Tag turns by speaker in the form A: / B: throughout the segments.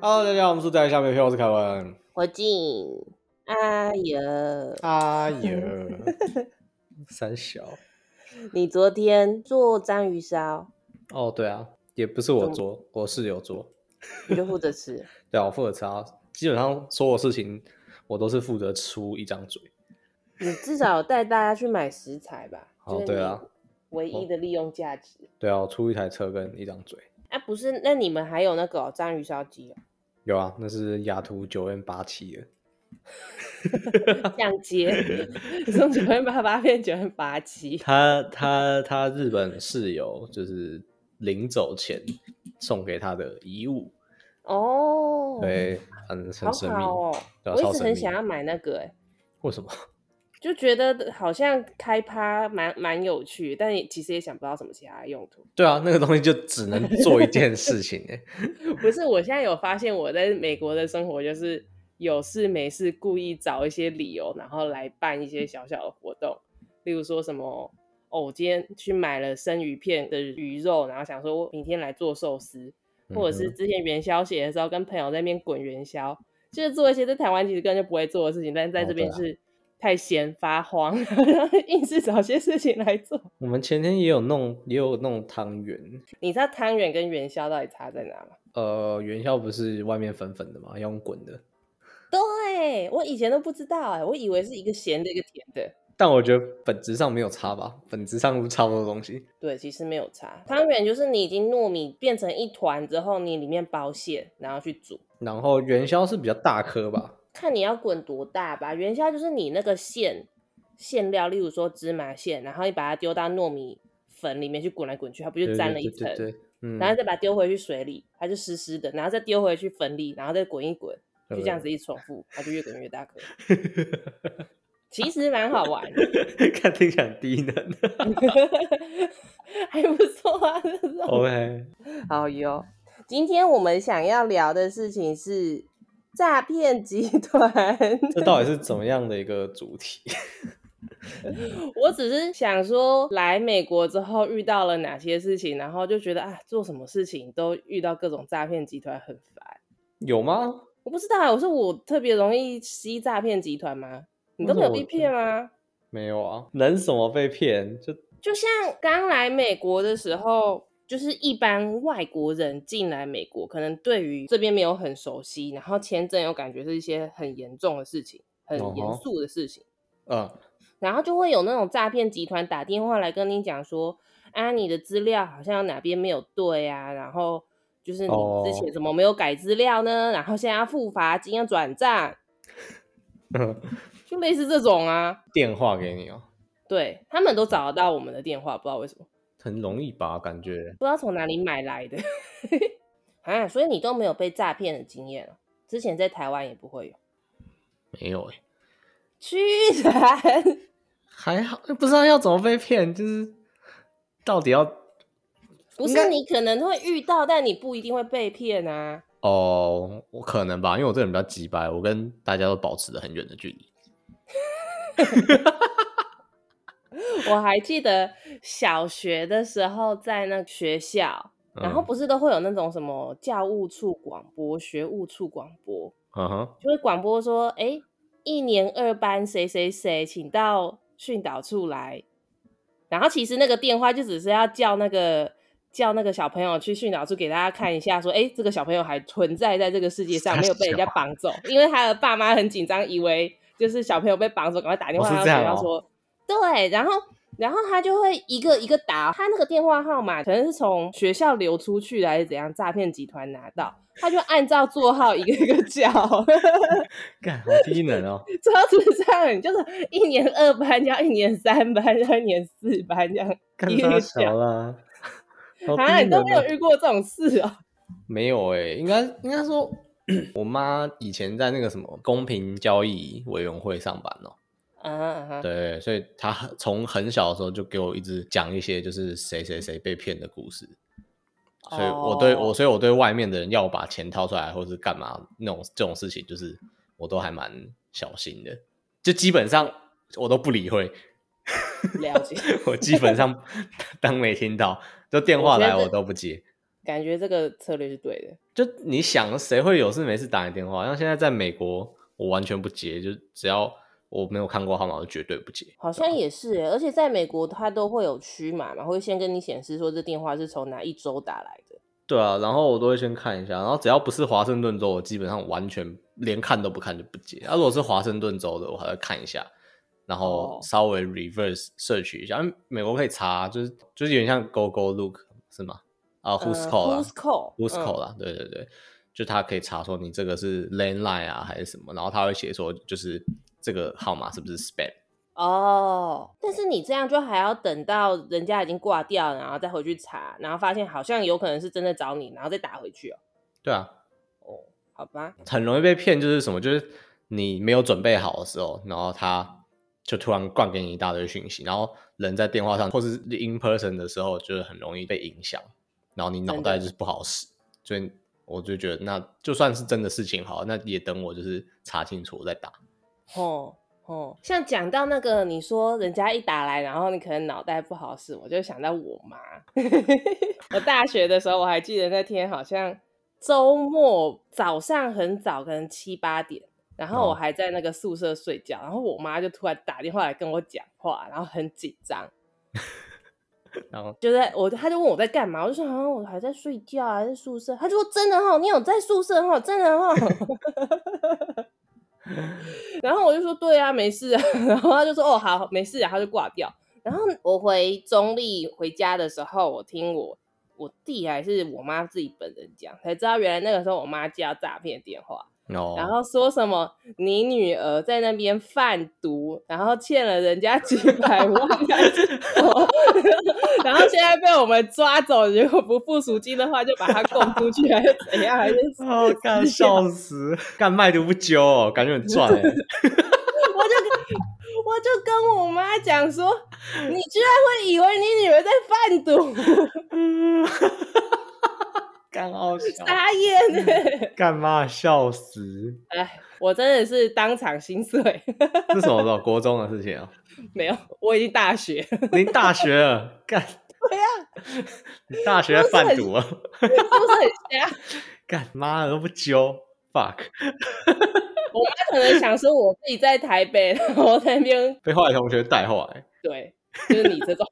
A: Hello，大家好，我们是在下面票，我是凯文。
B: 我进，哎呀，
A: 哎呀， 三小
B: 你昨天做章鱼烧，
A: 哦，对啊，也不是我做，我室友做。
B: 你就负责 吃，
A: 对啊，我负责吃啊，基本上所有事情我都是负责出一张嘴。
B: 你至少带大家去买食材吧？
A: 哦，对啊，，
B: 唯一的利用价值。
A: 对啊，我出一台车跟一张嘴。
B: 啊，不是，那你们还有那个哦章鱼烧鸡
A: 有啊，那是雅图九 N 八七的，
B: 哦，降 阶，从九万八八变九万八七，
A: 他他他日本室友就是临走前送给他的遗物，
B: 哦，，
A: 对，很
B: 好
A: 很神秘
B: 好。哦，
A: 对啊
B: 我
A: 超
B: 一直
A: 神
B: 很
A: 秘
B: 想要买那个，哎，
A: 为什么？
B: 就觉得好像开趴蛮蛮有趣，但也其实也想不到什么其他用途。
A: 对啊，那个东西就只能做一件事情哎、
B: 不是，我现在有发现我在美国的生活就是有事没事故意找一些理由，然后来办一些小小的活动，例如说什么哦，我今天去买了生鱼片的鱼肉，然后想说我明天来做寿司， 或
A: 嗯
B: 者是之前元宵节的时候跟朋友在那边滚元宵，就是做一些在台湾其实根本就不会做的事情，但是在
A: 哦
B: 这
A: 对
B: 边
A: 啊
B: 是太闲发慌， 然后硬是找些事情来做。
A: 我们前天也有弄，也有弄汤圆。
B: 你知道汤圆跟元宵到底差在哪吗？
A: 呃，元宵不是外面粉粉的嘛，要用滚的。
B: 对，我以前都不知道哎、我以为是
A: 嗯
B: 一个咸的，一个甜的。
A: 但我觉得本质上没有差吧，本质上是差不多的东西。
B: 对，其实没有差。汤圆就是你已经糯米变成一团之后，你里面包馅，然后去煮，
A: 然后元宵是比较大颗吧，
B: 看你要滚多大吧。元宵就是你那个馅馅料，例如说芝麻馅，然后你把它丢到糯米粉里面去滚来滚去，它不就
A: 对
B: 粘
A: 对
B: 了一
A: 对
B: 层？
A: 对对，嗯，
B: 然后再把它丢回去水里，它就湿湿的，然后再丢回去粉里，然后再滚一滚，就
A: 对
B: 这样子一直重复，它就越滚越大 颗。其实蛮好玩的，
A: 看听起来很低能。
B: 还不错啊，这种。
A: 哦 OK，
B: 好哟，今天我们想要聊的事情是诈骗集团。
A: 这到底是怎么样的一个主题？
B: 我只是想说，来美国之后遇到了哪些事情，然后就觉得啊，做什么事情都遇到各种诈骗集团很烦。
A: 有吗？
B: 我不知道啊，我说我特别容易吸诈骗集团吗？你都没有被骗吗？
A: 没有啊，能什么被骗？就
B: 就像刚来美国的时候，就是一般外国人进来美国，可能对于这边没有很熟悉，然后签证又感觉是一些很严重的事情，很
A: 哦
B: 严
A: 吼
B: 肃的事情，
A: 嗯，
B: 然后就会有那种诈骗集团打电话来跟你讲说，啊，你的资料好像哪边没有对啊，然后就是你
A: 哦
B: 之前怎么没有改资料呢？然后现在要付罚金，要转账，就类似这种啊。
A: 电话给你哦，
B: 对他们都找得到我们的电话，不知道为什么。
A: 很容易吧？感觉
B: 不知道从哪里买来的 啊，所以你都没有被诈骗的经验了，之前在台湾也不会有。
A: 没有哎、
B: 居然
A: 还好，不知道要怎么被骗，就是到底要
B: 不
A: 应该
B: 是你可能会遇到，但你不一定会被骗啊。
A: 哦，我可能吧，因为我这个人比较急白，我跟大家都保持着很远的距离。
B: 我还记得小学的时候在那学校，然后
A: 嗯
B: 不是都会有那种什么教务处广播、学务处广播，
A: 嗯哼，
B: 就会广播说：“哎、一年二班谁谁谁，请到训导处来。”然后其实那个电话就只是要叫那个叫那个小朋友去训导处给大家看一下，说：“哎、这个小朋友还存在在这个世界上，
A: 傻
B: 没有被人家
A: 小
B: 绑走。”因为他的爸妈很紧张，以为就是小朋友被绑走，赶快打电
A: 哦
B: 话
A: 是
B: 到
A: 这
B: 学
A: 样哦
B: 校说：“对。”然后。然后他就会一个一个打，他那个电话号码可能是从学校流出去的还是怎样，诈骗集团拿到，他就按照座号一个一个叫。
A: 干好低能哦！
B: 超智障，你就是一年二班，要一年三班，要一年四班这样。
A: 干
B: 一
A: 啥
B: 律
A: 小
B: 讲
A: 啦？好
B: 啊，
A: 低
B: 你都
A: 能
B: 没有
A: 哦！
B: 遇过这种 事哦、
A: 没有哎、应该应该说， 我妈以前在那个什么公平交易委员会上班哦、
B: 啊啊，啊
A: 对，所以她很从很小的时候就给我一直讲一些就是谁谁谁被骗的故事。所以我对、我，
B: 哦
A: 所以我对外面的人要我把钱掏出来或是干嘛那种这种事情，就是我都还蛮小心的，就基本上我都不理会，
B: 了解。
A: 我基本上当没听到，就电话
B: 我觉得
A: 来
B: 这
A: 我都不接。
B: 感觉这个策略是对的。
A: 就你想，谁会有事没事打你电话？像现在在美国，我完全不接，就只要我没有看过号码，我就绝对不接。
B: 好像也是欸、而且在美国它都会有区码嘛，会先跟你显示说这电话是从哪一州打来的。
A: 对啊，然后我都会先看一下，然后只要不是华盛顿州，我基本上完全连看都不看就不接。啊，如果是华盛顿州的，我还会看一下，然后
B: 哦
A: 稍微 reverse search 一下。因为美国可以查，啊就是就是有点像 Go Go Look 是吗？啊，Who's
B: 呃
A: Call 啊
B: Who's call？
A: Who's
B: 嗯
A: Call 啦，对对对，就他可以查说你这个是 landline 啊还是什么，然后他会写说就是这个号码是不是 spam。
B: 哦，但是你这样就还要等到人家已经挂掉了，然后再回去查，然后发现好像有可能是真的找你，然后再打回去哦。
A: 对啊，
B: 哦，好吧，
A: 很容易被骗，就是什么，就是你没有准备好的时候，然后他就突然灌给你一大堆讯息，然后人在电话上或是 in person 的时候，就是很容易被影响，然后你脑袋就是不好使，所以我就觉得，那就算是真的事情好，那也等我就是查清楚我再打。
B: 哦哦，像讲到那个你说人家一打来，然后你可能脑袋不好使，我就想到我妈。 我大学的时候，我还记得那天好像周末早上很早，可能七八点，然后
A: 哦
B: 我还在那个宿舍睡觉，然后我妈就突然打电话来跟我讲话，然后很紧张。
A: 然后
B: 就在我，他就问我在干嘛，我就说好像我还在睡觉啊，还在宿舍。他就说真的哈，你有在宿舍哈，真的哈。 然后我就说对啊，没事啊。 然后他就说哦好，没事啊，他就挂掉。然后我回中立回家的时候，我听我我弟还是我妈自己本人讲，才知道原来那个时候我妈接到诈骗电话。
A: 然后
B: 然后说什么你女儿在那边贩毒，然后欠了人家几百万还是什么， 然后现在被我们抓走，如果不付赎金的话，就把她供出去，还是怎样？还是
A: 哦，干笑死，干卖都不揪、哦，感觉很赚哎、
B: 我就跟我就跟我妈讲说，你居然会以为你女儿在贩毒，
A: 干好笑，
B: 傻眼欸！
A: 干嘛笑死？
B: 哎，我真的是当场心碎，
A: 这是什么时候？国中的事情啊、
B: 没有，我已经大学了，
A: 您大学了，干
B: 对呀、
A: 你大学在贩毒啊？
B: 是不是很瞎？
A: 干妈的都不揪，fuck，
B: 我妈可能想说我自己在台北，然后在那边
A: 被坏同学带坏。
B: 对，就是你这种，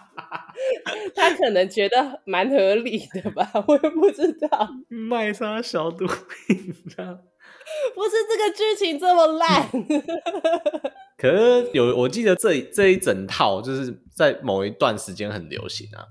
B: 她可能觉得蛮合理的吧，我也不知道，
A: 卖啥小毒品啊？
B: 不是这个剧情这么烂，
A: 可是有，我记得这一这一整套就是在某一段时间很流行啊，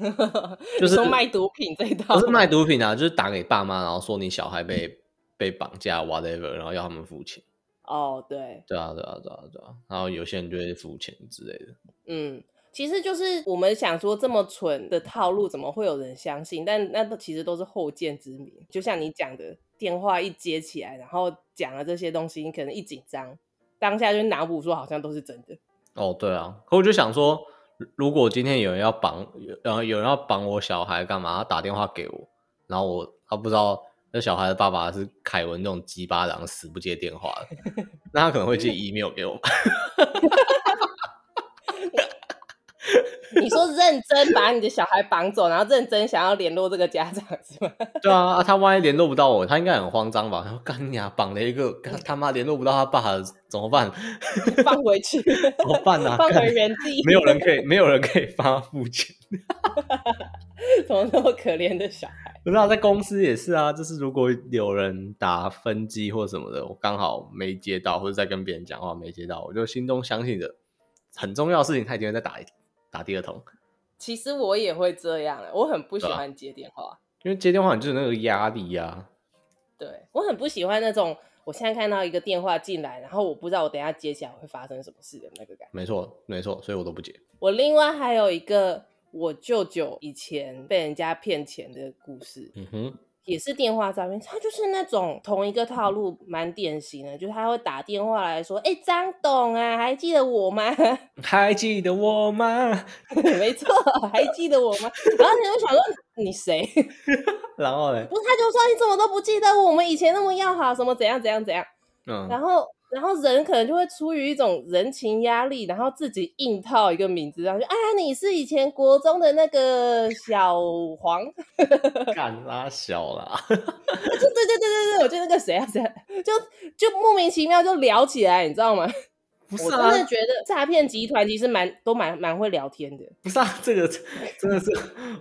A: 嗯 就是
B: 说卖毒品这一套
A: 不，是卖毒品啊，就是打给爸妈，然后说你小孩被被绑架 whatever，然后要他们付钱。
B: 哦，对，
A: 对啊，对啊，对啊，对啊。然后有些人就会付钱之类的。
B: 嗯。其实就是我们想说这么蠢的套路，怎么会有人相信？但那都其实都是后见之明。就像你讲的，电话一接起来，然后讲了这些东西，你可能一紧张，当下就脑补说好像都是真的。
A: 哦，对啊，可我就想说，如如果今天有人要绑，呃，有人要绑我小孩干嘛？他打电话给我，然后我他不知道那小孩的爸爸是凯文那种鸡巴狼，死不接电话的，那他可能会寄 email 给我吧。
B: 你说认真把你的小孩绑走，然后认真想要联络这个家长是吗？
A: 对啊，啊他万一联络不到我，他应该很慌张吧？他说干你啊，绑了一个干他妈联络不到他爸的，怎么办？
B: 放回 去，
A: 怎么办啊？
B: 放
A: 干
B: 回原地，
A: 没有人可以，没有人可以帮他付钱。
B: 怎么那么可怜的小孩？
A: 不是啊，在公司也是啊，就是如果有人打分机或什么的，我刚好没接到，或者在跟别人讲话没接到，我就心中相信着很重要的事情，他已经在打打第二通，
B: 其实我也会这样，我很不喜
A: 对啊
B: 欢接电话，
A: 因为接电话你就有那个压力啊。
B: 对我很不喜欢那种我现在看到一个电话进来，然后我不知道我等一下接起来会发生什么事的那个感觉。
A: 没错，没错，所以我都不接。
B: 我另外还有一个我舅舅以前被人家骗钱的故事，
A: 嗯哼，
B: 也是电话诈骗，他就是那种同一个套路，蛮典型的，就是他会打电话来说：“哎、张董啊，还记得我吗？”
A: 还记得我吗？
B: 没错，还记得我吗？然后你就想说你谁？
A: 然后嘞，
B: 不是，他就说你怎么都不记得我们以前那么要好，什么怎样怎样怎样。
A: 嗯，
B: 然后然后人可能就会出于一种人情压力，然后自己硬套一个名字，然后就啊，你是以前国中的那个小黄，
A: 干拉小啦，
B: 就对对对对对，我就那个谁啊谁啊，就就莫名其妙就聊起来，你知道吗？
A: 不
B: 我
A: 是
B: 真
A: 啊，
B: 的觉得诈骗集团其实蛮都蛮蛮会聊天的，
A: 不是啊，这个真的是，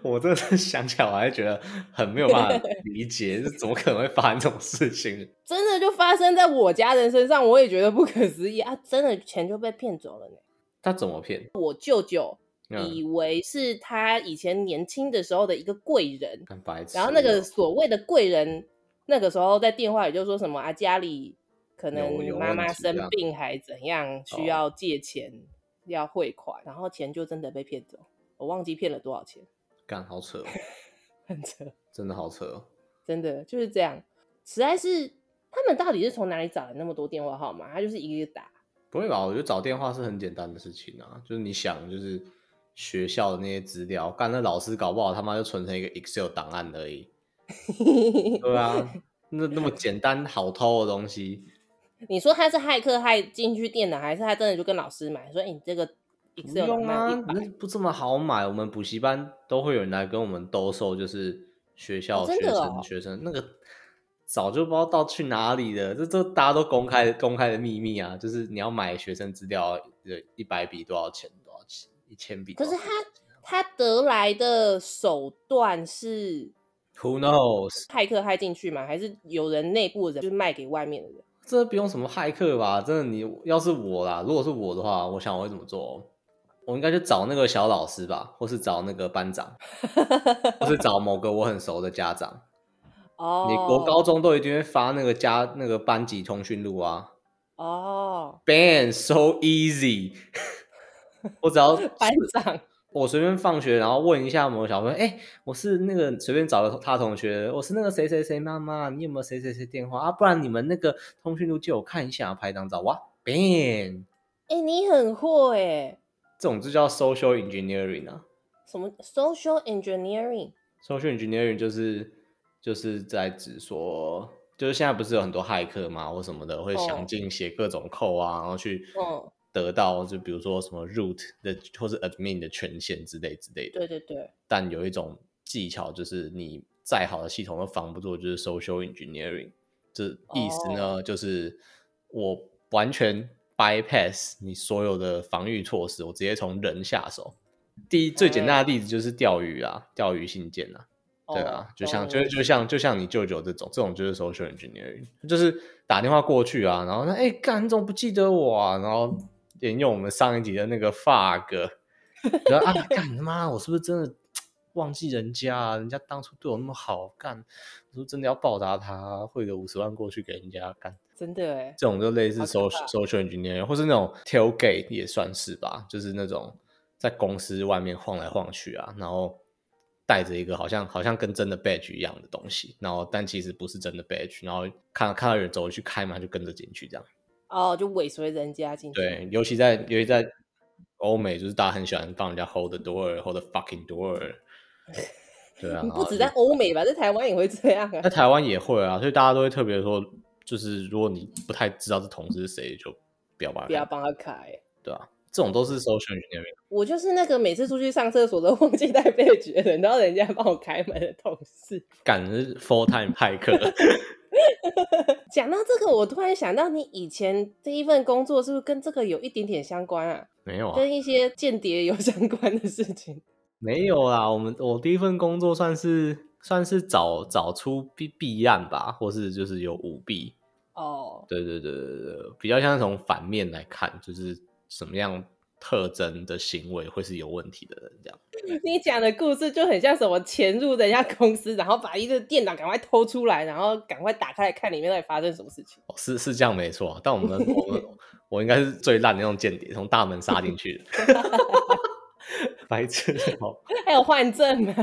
A: 我真的是想起来我还觉得很没有办法理解，这怎么可能会发生这种事情？
B: 真的就发生在我家人身上，我也觉得不可思议啊！真的钱就被骗走了呢。
A: 他怎么骗？
B: 我舅舅以
A: 嗯，
B: 为是他以前年轻的时候的一个贵人，
A: 很白痴哦。
B: 然后那个所谓的贵人，那个时候在电话里就说什么啊，家里可
A: 有有
B: 能妈
A: 问
B: 妈
A: 题这
B: 生
A: 样
B: 病还怎样，需
A: 哦
B: 要借钱、要汇款，然后钱就真的被骗走，我忘记骗了多少钱，
A: 干好扯哦，
B: 很扯，
A: 真的好扯哦。
B: 真的就是这样，实在是他们到底是从哪里找来那么多电话号码？他就是一个一个打，
A: 不会吧？我觉得找电话是很简单的事情啊，就是你想，就是学校的那些资料，干那老师搞不好他妈就存成一个 Excel 档案而已。对啊，那那么简单好偷的东西，
B: 你说他是骇客骇进去电脑，还是他真的就跟老师买说，哎、你这个
A: 不
B: Excel 档
A: 用
B: 案
A: 啊
B: 有一，百
A: 那不这么好买。我们补习班都会有人来跟我们兜售，就是学校、
B: 哦真
A: 学
B: 的
A: 生、
B: 哦
A: 学生那个早就不知道到去哪里了，这这大家都公开公开的秘密啊，就是你要买学生资料，一百笔多少钱？多少钱？一千笔
B: 可
A: 多
B: 是
A: 少钱？
B: 他他得来的手段是
A: Who knows？
B: 骇客骇进去吗？还是有人内部的人就是卖给外面的人？
A: 这不用什么骇客吧？真的你，要是我啦，如果是我的话，我想我会怎么做哦？我应该去找那个小老师吧，或是找那个班长，或是找某个我很熟的家长。
B: 哦，
A: 你国高中都一定会发那个家那个班级通讯录啊
B: 哦，
A: ，ban so easy 。 我只要
B: 班长，
A: 我随便放学，然后问一下某个小朋友，哎、我是那个随便找个他同学，我是那个谁谁谁妈妈，你有没有谁谁谁电话啊？不然你们那个通讯录借我看一下，拍张照哇，ban。
B: 哎、你很会哎、
A: 这种就叫 social engineering 啊。
B: 什么 social engineering？
A: social engineering 就是就是在指说，就是现在不是有很多骇客嘛或什么的，会
B: 哦
A: 想尽写各种扣啊，然后去
B: 嗯
A: 得到就比如说什么 root 的或是 admin 的权限之类之类的。
B: 对对对，
A: 但有一种技巧，就是你再好的系统都防不住，就是 social engineering。这意思呢，
B: 哦
A: 就是我完全 bypass 你所有的防御措施，我直接从人下手。第一最简单
B: 嗯
A: 的例子就是钓鱼啊，钓鱼信件啊，对啊
B: 哦，
A: 就像
B: 懂
A: 就就像就像你舅舅这种，这种就是 social engineering，就是打电话过去啊，然后说哎干，你怎么不记得我啊？然后沿用我们上一集的那个 fug，然后啊干他妈，我是不是真的忘记人家、啊？人家当初对我那么好，干，我是不是真的要报答他，汇个五十万过去给人家干？
B: 真的哎、
A: 这种就类似
B: 好可
A: social social engineering，或是那种 tailgate 也算是吧，就是那种在公司外面晃来晃去啊，然后带着一个好像好像跟真的 badge 一样的东西，然后但其实不是真的 badge，然后看看到有人走过去开门就跟着进去这样。
B: 哦，就尾随人家进去。嗯
A: 对，尤其在尤其在欧美，就是大家很喜欢帮人家 hold the door，hold the fucking door。对啊，
B: 你
A: 然
B: 不
A: 后
B: 止在欧美吧，在台湾也会这样啊
A: 在。台湾也会啊，所以大家都会特别说，就是如果你不太知道这同事是谁，就不要把他
B: 不要
A: 看
B: 帮他开。
A: 对啊，这种都是 social engineering。
B: 我就是那个每次出去上厕所都 忘记带被子的人，然后人家帮我开门的同事。
A: 感觉是 full time 骇客，
B: 讲到这个，我突然想到，你以前第一份工作是不是跟这个有一点点相关啊？
A: 没有啊，
B: 跟一些间谍有 相关的事情。
A: 没有啦。我们我第一份工作算是算是找找出弊弊案吧，或是就是有舞弊。
B: 哦，
A: 对对对对对，比较像是从反面来看，就是什么样特征的行为会是有问题的人这样。
B: 你讲的故事就很像什么潜入人家公司，然后把一个电脑赶快偷出来，然后赶快打开来看里面到底发生什么事情。
A: 哦是是这样没错啊，但我们我们我应该是最烂的那种间谍，从大门杀进去的， 白痴哦。
B: 还有换证吗？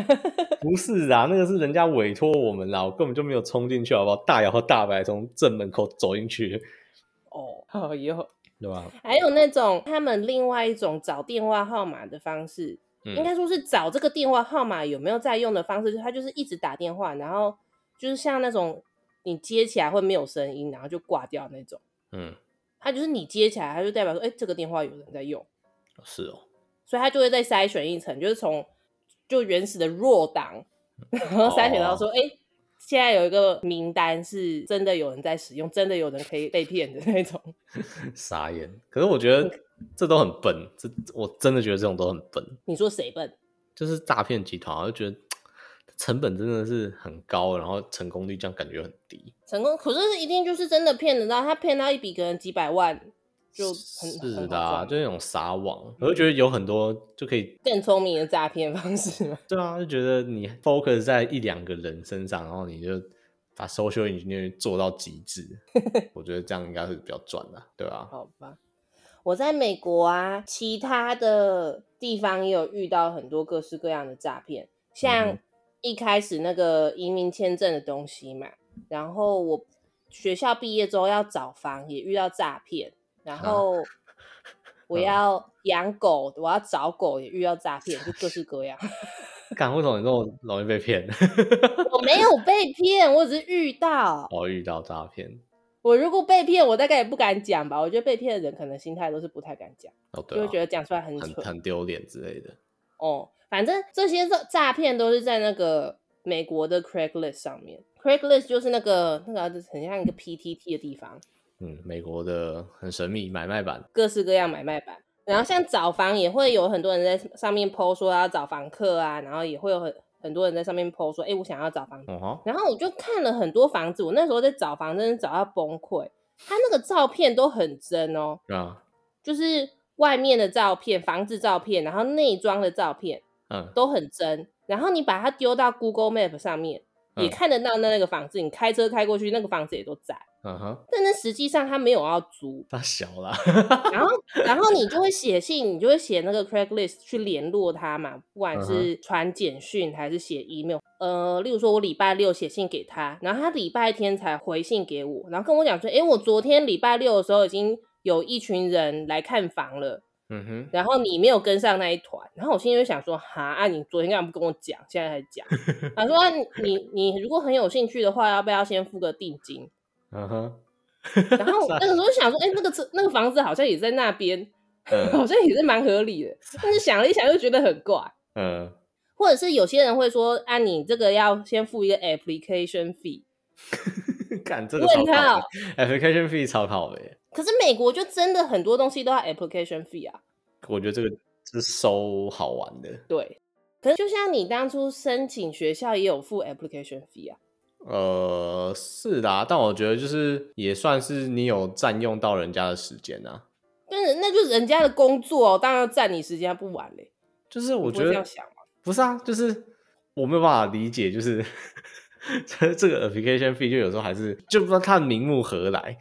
A: 不是啊，那个是人家委托我们啦，我根本就没有冲进去，好不好？大摇和大摆从正门口走进去，
B: 哦， 哦有。
A: 对吧？
B: 还有那种他们另外一种找电话号码的方式，应
A: 嗯，
B: 该说是找这个电话号码有没有在用的方式，就是他就是一直打电话，然后就是像那种你接起来会没有声音，然后就挂掉那种。
A: 嗯，
B: 它就是你接起来，它就代表说，哎、这个电话有人在用，
A: 是哦，
B: 所以它就会再筛选一层，就是从就原始的弱档，然后筛选到说，哎、现在有一个名单是真的有人在使用，真的有人可以被骗的那种。
A: 傻眼。可是我觉得这都很笨，这我真的觉得这种都很笨，
B: 你说谁笨？
A: 就是诈骗集团啊，我就觉得成本真的是很高，然后成功率这样感觉很低。
B: 成功，可是一定就是真的骗得到，他骗到一笔可能几百万，就很
A: 是
B: 很嗯
A: 的、
B: 好
A: 啊，
B: 赚
A: 就那种撒网，我就觉得有很多就可以，
B: 更聪明的诈骗方式嘛。
A: 对啊，就觉得你 focus 在一两个人身上，然后你就把 social engineering 做到极 致，我觉得这样应该是比较赚的、对啊吧、
B: 好吧，我在美国啊，其他的地方也有遇到很多各式各样的诈骗，
A: 嗯
B: 像
A: 哼
B: 一开始那个移民签证的东西嘛，然后我学校毕业之后要找房，也遇到诈骗，然 后我
A: 啊嗯
B: 要养狗，我要找狗也遇到诈骗，就各式各样。
A: 看为什么你这么容易被骗？
B: 我没有被骗，我只是遇到。
A: 哦，遇到诈骗。
B: 我如果被骗，我大概也不敢讲吧。我觉得被骗的人可能心态都是不太敢讲，
A: 哦，
B: 就
A: 对、啊，
B: 会觉得讲出来很
A: 很
B: 蠢。
A: 很丢脸之类的。
B: 哦，反正这些诈诈骗都是在那个美国的 Craigslist 上面。Craigslist 就是那个那个很像一个 PTT 的地方，
A: 嗯，美国的很神秘买卖版，
B: 各式各样买卖版。然后像找房也会有很多人在上面 PO 说要找房客啊，然后也会有很很多人在上面 PO 说，哎、我想要找房。
A: 哦哈，
B: 然后我就看了很多房子，我那时候在找房，真的找到崩溃。他那个照片都很真哦，
A: 对啊，
B: 就是外面的照片、房子照片，然后内装的照片，
A: 嗯，
B: 都很真。然后你把它丢到 Google Map 上面，也
A: 嗯
B: 看得到那个房子。你开车开过去，那个房子也都在，
A: 嗯哼，。
B: 但是实际上它没有要租
A: 大小啦，
B: 然后，然后你就会写信，你就会写那个 Craigslist 去联络他嘛，不管是传简讯还是写 email。呃，例如说我礼拜六写信给他，然后他礼拜天才回信给我，然后跟我讲说，诶，我昨天礼拜六的时候已经有一群人来看房了。
A: 嗯哼，
B: 然后你没有跟上那一团，然后我心里就想说，哈，啊，你昨天干嘛不跟我讲，现在才讲？他说、啊、你你你如果很有兴趣的话，要不要先付个定金？
A: 嗯哼，
B: 然后
A: 啊
B: 那个时候就想说，哎、那个车那个房子好像也在那边， 好
A: 嗯
B: 像也是蛮合理的。但是想了一想，又觉得很怪。
A: 嗯，
B: 或者是有些人会说，啊，你这个要先付一个 application fee，
A: 嗯干这个超
B: 问啊
A: 讨
B: 号。
A: 厌，application fee 超讨的，
B: 可是美国就真的很多东西都要 application fee 啊。
A: 我觉得这个是收好玩的，
B: 对，可是就像你当初申请学校也有付 application fee 啊。
A: 呃，是啦，但我觉得就是也算是你有占用到人家的时间啊，
B: 但是那就是人家的工作哦，当然要占你时间，不晚嘞。
A: 就是我
B: 你
A: 觉
B: 不会
A: 得
B: 这样想吗？
A: 不是啊，就是我没有办法理解，就是 这这个 application fee 就有时候还是就不知道它的名目何来，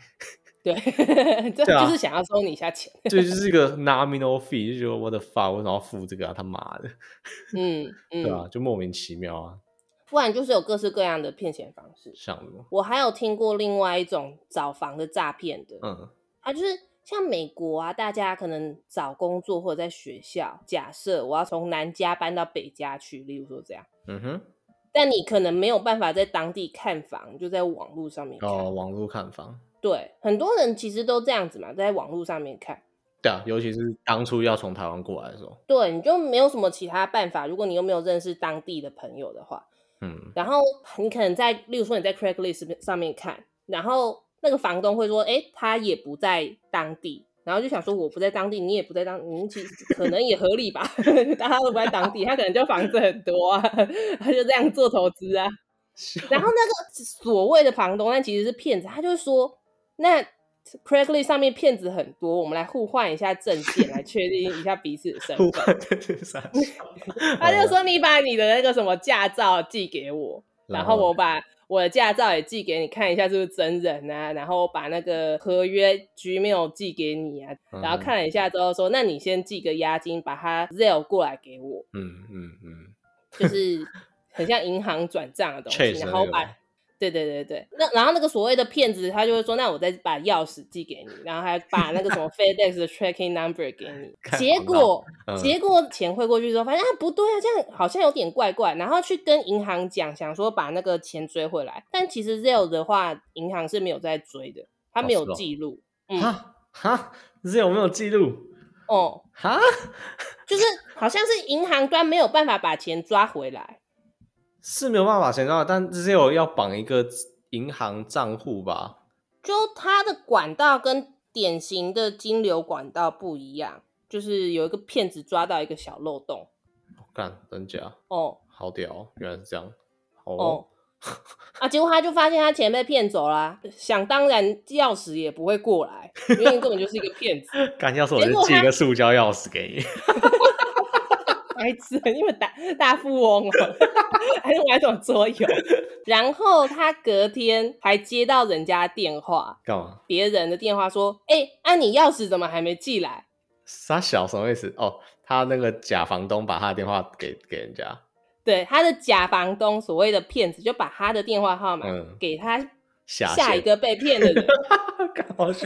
B: 对， 这
A: 对啊
B: 就是想要收你一下钱。
A: 这就是一个 nominal fee，就觉得我的 fuck，为什么要付这个啊？他妈的，
B: 嗯
A: 对
B: 嗯，
A: 啊，就莫名其妙啊，
B: 不然就是有各式各样的骗钱方式。
A: 像什么，
B: 我还有听过另外一种找房的诈骗的，
A: 嗯
B: 啊，就是像美国啊，大家可能找工作或者在学校，假设我要从南家搬到北家去，例如说这样，
A: 嗯哼，
B: 但你可能没有办法在当地看房，就在网络上面看。
A: 哦，网络看房，
B: 对，很多人其实都这样子嘛，在网络上面看。
A: 对啊，尤其是当初要从台湾过来的时候，
B: 对，你就没有什么其他办法。如果你又没有认识当地的朋友的话，
A: 嗯，
B: 然后你可能在，例如说你在 Craigslist 上面看，然后那个房东会说，哎，他也不在当地，然后就想说我不在当地，你也不在当，你其实可能也合理吧， 大家都不在当地，他可能就房子很多啊， 他就这样做投资啊。然后那个所谓的房东，但其实是骗子，他就说，那 Craigslist 上面骗子很多，我们来互换一下证件，来确定一下彼此的身份
A: 互。换哎的是啥？
B: 他就 说你把你的那个什么驾照寄给我，
A: 嗯
B: 然后我把我的驾照也寄给你看一下是不是真人啊，然后把那个合约 Gmail 寄给你啊，
A: 嗯哼，
B: 然后看了一下之后说，那你先寄个押金，把它 Zelle 过来给我，
A: 嗯，嗯嗯
B: 就是 很像银行转账的东西，
A: Chase 的
B: 然后我
A: 那个
B: 把
A: 吗。
B: 对对对对，那然后那个所谓的骗子，他就会说，那我再把钥匙寄给你，然后还把那个 什么 FedEx 的 tracking number 给你。
A: 看
B: 结
A: 好
B: 果
A: 嗯，
B: 结果钱汇过去之后，发现啊不对啊，这样好像有点怪怪，然后去跟银行讲，想说把那个钱追回来，但其实 Zelle 的话，银行是没有在追的，他
A: 哦
B: 没有
A: 是哦
B: 记录。嗯，
A: 啊，哈，这有没有记录？
B: 哦，
A: 哈，
B: 就是好像是银行端没有办法把钱抓回来。
A: 是没有办法钱到，但只有要绑一个银行账户吧？
B: 就它的管道跟典型的金流管道不一样，就是有一个骗子抓到一个小漏洞。
A: 我干，真假？
B: 哦
A: 好屌哦，原来是这样。哦，
B: 哦，啊，结果他就发现他钱被骗走啦、想当然钥匙也不会过来，因为根本就是一个骗子，
A: 干，要是我就
B: 结果
A: 寄一
B: 他
A: 个塑胶钥匙给你，
B: 白痴， 因为大大富翁哦， 还是玩什么桌游？ 然后他隔天还接到人家电话，
A: 干嘛？
B: 别人的电话说，哎、啊你钥匙怎么还没寄来？
A: 傻小什么意思？哦，他那个假房东把他的电话给给人家，
B: 对，他的假房东所谓的骗子就把他的电话号码
A: 嗯
B: 给他
A: 下
B: 下
A: 线
B: 一，个被骗的人，
A: 干好笑，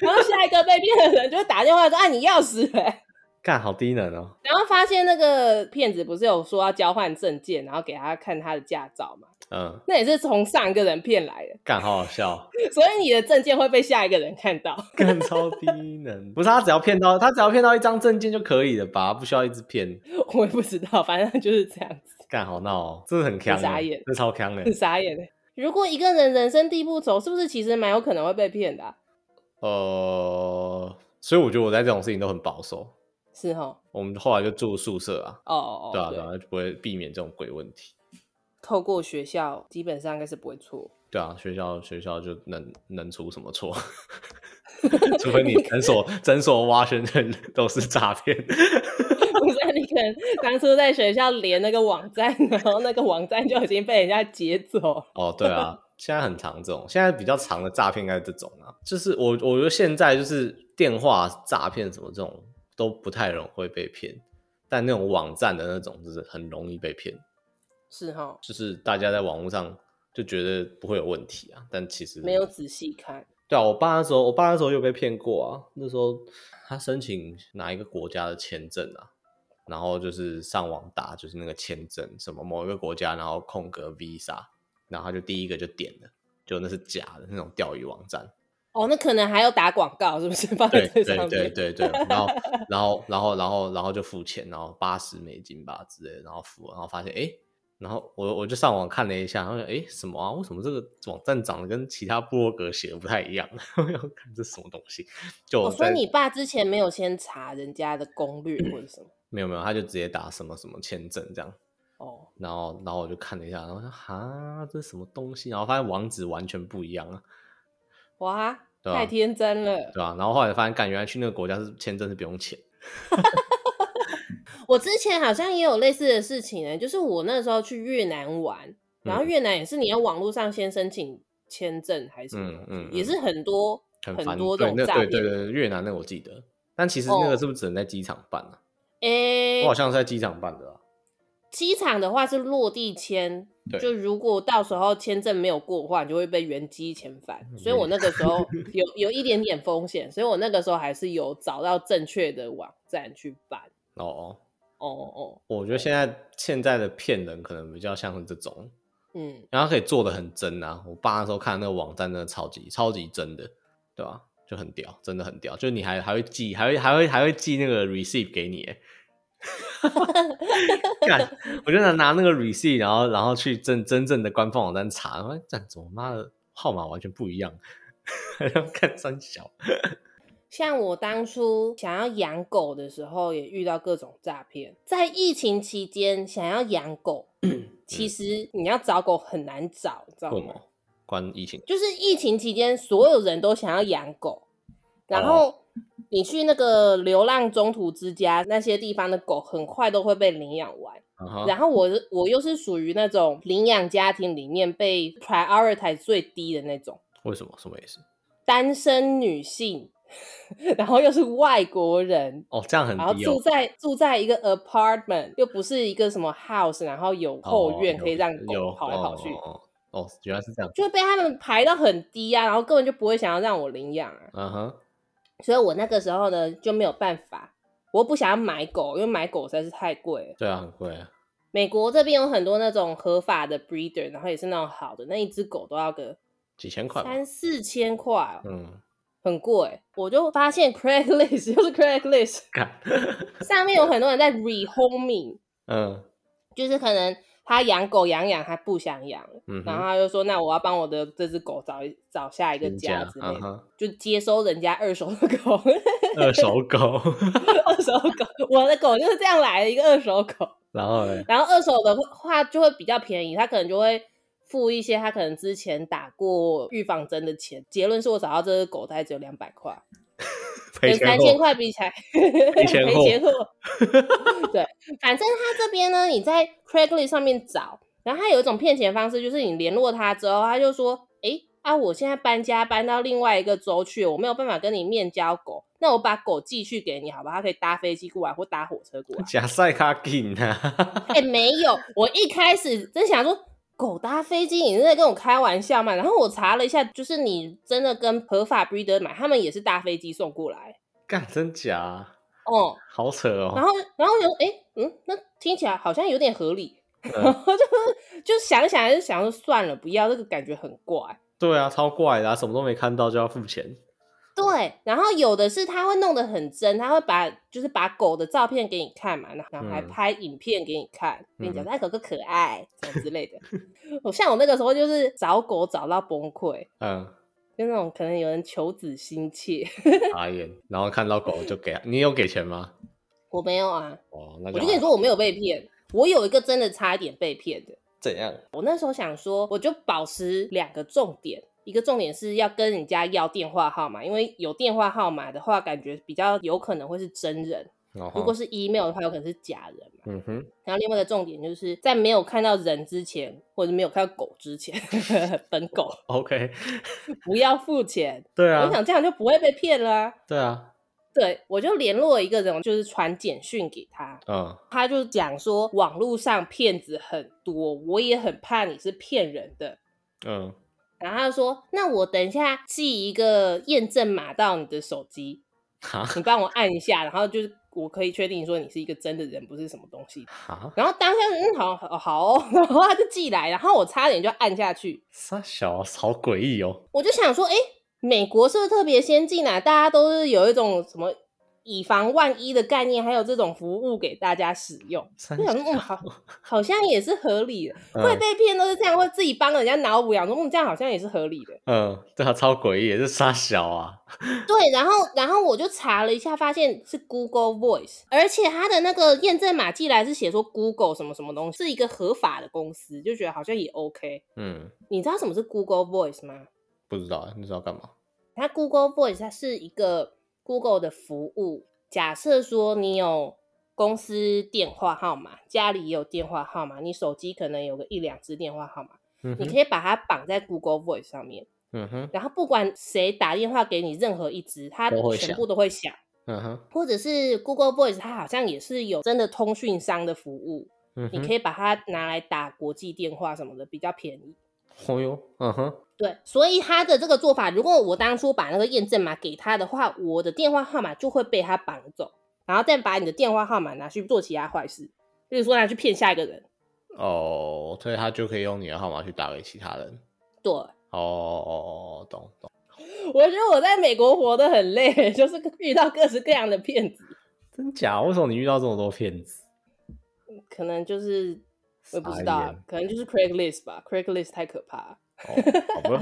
B: 然后下一个被骗的人就会打电话说：“啊，你钥匙嘞、
A: 干好低能哦。
B: 然后发现那个骗子不是有说要交换证件，然后给他看他的驾照嘛？
A: 嗯，
B: 那也是从上一个人骗来的，
A: 干好好笑，
B: 所以你的证件会被下一个人看到。
A: 干超低能。不是他只要骗到他只要骗到一张证件就可以了吧？不需要一直骗。
B: 我也不知道，反正就是这样子，
A: 干好闹哦，这是很坑
B: 很傻眼
A: 欸，这超坑的
B: 很。傻眼的。如果一个人人生地不熟，是不是其实蛮有可能会被骗的啊、
A: 呃，所以我觉得我在这种事情都很保守。
B: 是哦，
A: 我们后来就住宿舍啊，
B: 哦哦哦，
A: 对啊，对啊，就不会避免这种鬼问题。
B: 透过学校基本上应该是不会错。
A: 对啊，学校学校就能能出什么错？ 除非你诊所诊所挖深圳都是诈骗，
B: 不是啊，你可能当初在学校连那个网站，然后那个网站就已经被人家劫走。
A: 哦，对啊，现在很常这种，现在比较常的诈骗应该是这种啊，就是我我觉得现在就是电话诈骗什么这种都不太容易会被骗，但那种网站的那种就是很容易被骗，
B: 是哈，
A: 就是大家在网络上就觉得不会有问题啊，但其实
B: 没有仔细看。
A: 对啊，我爸那时候，我爸那时候有被骗过啊。那时候他申请哪一个国家的签证啊，然后就是上网打，就是那个签证什么某一个国家，然后空格 visa，然后他就第一个就点了，就那是假的那种钓鱼网站。
B: 哦，那可能还要打广告，是不是？放 在
A: 对
B: 这
A: 对
B: 上面。
A: 对对对，然 后然后然后然后然后就付钱，然后八十美金吧之类的，然后付，然后发现哎，诶然后我我就上网看了一下，然后哎，诶什么啊？为什么这个网站长得跟其他部落格写的不太一样？ 我要看这什么东西？就
B: 我
A: 我
B: 说
A: 在
B: 哦你爸之前没有先查人家的攻略或者什么。
A: 没有没有，他就直接打什么什么签证这样，
B: 哦，
A: 然后然后我就看了一下，然后我说哈，这是什么东西？然后发现网址完全不一样啊，
B: 哇，
A: 对啊
B: 太天真了。
A: 对吧、然后后来发现，干原来去那个国家是签证是不用钱，
B: 我之前好像也有类似的事情呢、就是我那时候去越南玩，然后
A: 嗯
B: 越南也是你要网络上先申请签证还是什么东西，
A: 嗯嗯
B: 也
A: 嗯
B: 是很多
A: 很烦。
B: 多这
A: 对，
B: 种
A: 那
B: 诈
A: 对
B: 骗。哦
A: 对对，越南那个我记得，但其实那个是不是只能在机场办啊？
B: 诶、
A: 我好像是在机场办的啊。
B: 机场的话是落地签，
A: 对
B: 就如果到时候签证没有过的话，你就会被原机遣返。
A: 嗯
B: 所以我那个时候 有有一点点风险，所以我那个时候还是有找到正确的网站去办。
A: 哦哦，
B: 哦哦，
A: 我觉得现在现在的骗人可能比较像是这种，
B: 嗯，
A: 然后可以做的很真啊。我爸那时候看那个网站真的超级超级真的，对吧、就很屌，真的很屌。就你还还会寄，还会还会还会寄那个 receipt 给你耶， 干，我就拿拿那个 receipt，然后然后去真真正的官方网站查，我说干怎么妈的号码完全不一样， 还要看三 小，
B: 像我当初想要养狗的时候，也遇到各种诈骗。在疫情期间，想要养狗，其实你要找狗很难找，你知道
A: 嗯为什
B: 吗？
A: 么？关疫情
B: 就是疫情期间，所有人都想要养狗，然
A: 哦
B: 后你去那个流浪中途之家那些地方的狗，很快都会被领养完。
A: 啊哈
B: 然后我是我又是属于那种领养家庭里面被 prioritize 最低的那种
A: 为什么？什么意思？
B: 单身女性， 然后又是外国人。
A: 哦，这样很
B: 然后
A: 低
B: 住
A: 哦。
B: 在住在一个 apartment，又不是一个什么 house，然后有后院
A: 哦
B: 可以让
A: 有
B: 狗跑来跑去，
A: 哦哦哦哦，原来是这样。
B: 就会被他们排到很低啊，然后根本就不会想要让我领养啊。
A: 嗯哼，
B: 所以我那个时候呢就没有办法，我不想要买狗，因为买狗实在是太贵了。
A: 对啊，很贵啊。
B: 美国这边有很多那种合法的 breeder，然后也是那种好的，那一只狗都要个
A: 几千块吧。
B: 三四千块哦、
A: 嗯，
B: 很贵、我就发现 Craigslist 就是 Craigslist
A: 看，
B: 上面有很多人在 rehoming，
A: 嗯
B: 就是可能他养狗养养，他不想养了，
A: 嗯哼，
B: 然后他就说：“那我要帮我的这只狗找一找下一个
A: 人
B: 家
A: 家
B: 之类
A: 嗯
B: 的，
A: 哼，
B: 就接收人家二手的狗，
A: 二手狗，
B: 二手狗，我的狗就是这样来的一个二手狗。
A: 然后嘞，
B: 然后二手的话就会比较便宜，他可能就会付一些他可能之前打过预防针的钱。结论是我找到这只狗大概只有两百块，
A: 赔
B: 跟
A: 钱
B: 三千块比起来， 赔
A: 钱货
B: 货。对，反正他这边呢，你在 Craigslist 上面找，然后他有一种骗钱方式，就是你联络他之后，他就说：“诶，啊，我现在搬家搬到另外一个州去，我没有办法跟你面交狗，那我把狗寄去给你，好吧？他可以搭飞机过来或搭火车过来。”
A: 假赛卡金啊，
B: 哎、没有，我一开始真想说狗搭飞机，你是在跟我开玩笑嘛？然后我查了一下，就是你真的跟合法 breeder 买，他们也是搭飞机送过来。
A: 干真假啊，
B: 哦，
A: 好扯
B: 然
A: 哦，
B: 后然后我就哎、嗯，那听起来好像有点合理， 然
A: 嗯
B: 后就就想一想就想说算了，不要这个感觉很怪。
A: 对啊，超怪的啊，什么都没看到就要付钱，
B: 对，然后有的是他会弄得很真，他会把就是把狗的照片给你看嘛，然后还
A: 嗯
B: 拍影片给你看，跟你讲
A: 嗯
B: 说哎狗狗可爱什么之类的。 我像我那个时候就是找狗找到崩溃，
A: 嗯，
B: 就那种可能有人求子心切，
A: 傻眼，然后看到狗就给，啊你有给钱吗？
B: 我没有啊，
A: 哦，那
B: 我
A: 就
B: 就跟你
A: 好
B: 说我没有被骗，我有一个真的差一点被骗的。
A: 怎样？
B: 我那时候想说，我就保持两个重点，一个重点是要跟人家要电话号码，因为有电话号码的话，感觉比较有可能会是真人；
A: 哦
B: 如果是 email 的话，有可能是假人嘛。
A: 嗯哼，
B: 然后另外一个重点就是在没有看到人之前，或者没有看到狗之前， 本狗
A: OK，
B: 不要付钱。
A: 对啊
B: 我，想这样就不会被骗了、啊。
A: 对啊，
B: 对，我就联络了一个人，就是传简讯给他，
A: 嗯，
B: 他就讲说网络上骗子很多，我也很怕你是骗人的。
A: 嗯，
B: 然后他就说，那我等一下寄一个验证码到你的手机，
A: 哈
B: 你帮我按一下，然后就是我可以确定说你是一个真的人，不是什么东西。
A: 哈，
B: 然后当下就嗯好好好哦， 然后他就寄来，然后我差点就按下去，
A: 傻小啊，好诡异哦，
B: 我就想说，哎、美国是不是特别先进啊？大家都是有一种什么以防万一的概念，还有这种服务给大家使用。
A: 三
B: 我想说，嗯，好，好像也是合理的。
A: 嗯
B: 会被骗都是这样，会自己帮人家脑补，想说，嗯，这样好像也是合理的。
A: 嗯，对啊，超诡异，这傻小啊，
B: 对，然后，然后我就查了一下，发现是 Google Voice，而且它的那个验证码寄来是写说 Google 什么什么东西，是一个合法的公司，就觉得好像也 OK。
A: 嗯，
B: 你知道什么是 Google Voice 吗？
A: 不知道啊，你知道干嘛？
B: 它 Google Voice 它是一个 Google 的服务。假设说你有公司电话号码，家里也有电话号码，你手机可能有个一两只电话号码，
A: 嗯
B: 你
A: 哼，
B: 可以把它绑在 Google Voice 上面，
A: 嗯哼，
B: 然后不管谁打电话给你，任何一只，它
A: 都会
B: 全
A: 响
B: 部都会响。
A: 嗯哼，
B: 或者是 Google Voice，它好像也是有真的通讯商的服务，
A: 嗯
B: 你
A: 哼，
B: 可以把它拿来打国际电话什么的，比较便宜。
A: 哦哟，嗯哼，
B: 对，所以他的这个做法，如果我当初把那个验证码给他的话，我的电话号码就会被他绑走，然后再把你的电话号码拿去做其他坏事，比如说拿去骗下一个人。
A: 哦，所以他就可以用你的号码去打给其他人，
B: 对，
A: 哦哦哦，懂懂，
B: 我觉得我在美国活得很累， 就是遇到各式各样的骗子，
A: 真假？为什么你遇到这么多骗子？
B: 可能就是我也不知道
A: 傻
B: 啊
A: 眼，
B: 可能就是 Craigslist 吧，Craigslist 太可怕了。
A: 哦，好吧，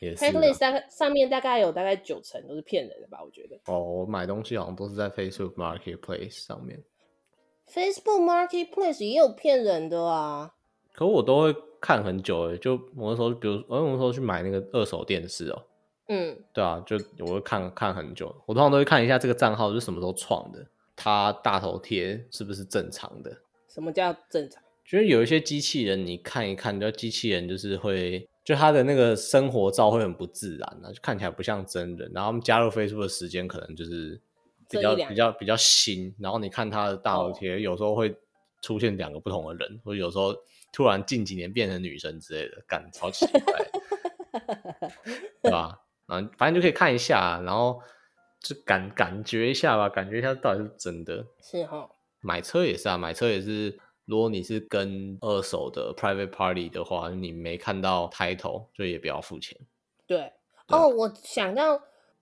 A: 也是啊。
B: Craigslist 大概上面大概有大概九成都是骗人的吧，我觉得。
A: 哦，我买东西好像都是在 Facebook Marketplace 上面，
B: Facebook Marketplace 也有骗人的啊，
A: 可我都会看很久欸诶。就我那时候，比如我那时候去买那个二手电视哦，
B: 嗯，
A: 对啊，就我会看看很久，我通常都会看一下这个账号是什么时候创的，它大头贴是不是正常的。
B: 什么叫正常？
A: 觉得有一些机器人，你看一看，就机器人就是会，就他的那个生活照会很不自然啊，就看起来不像真人。然后他们加入 Facebook 的时间可能就是比
B: 这
A: 较
B: 一两
A: 比较比较新，然后你看他的大头
B: 哦
A: 贴，有时候会出现两个不同的人，或者有时候突然近几年变成女生之类的，干超奇怪， 对吧？然后反正就可以看一下啊，然后就感感觉一下吧，感觉一下到底是不是真的。
B: 是哈，
A: 买车也是啊，买车也是，如果你是跟二手的 private party 的话，你没看到 title 就也不要付钱。
B: 对。
A: 对啊
B: 哦，我想到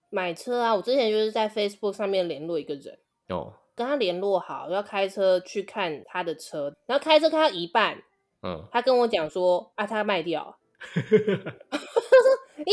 B: 买车啊，我之前就是在 Facebook 上面联络一个人，
A: 哦，
B: 跟他联络好，要开车去看他的车，然后开车开到一半，
A: 嗯，
B: 他跟我讲说啊，他卖掉了。你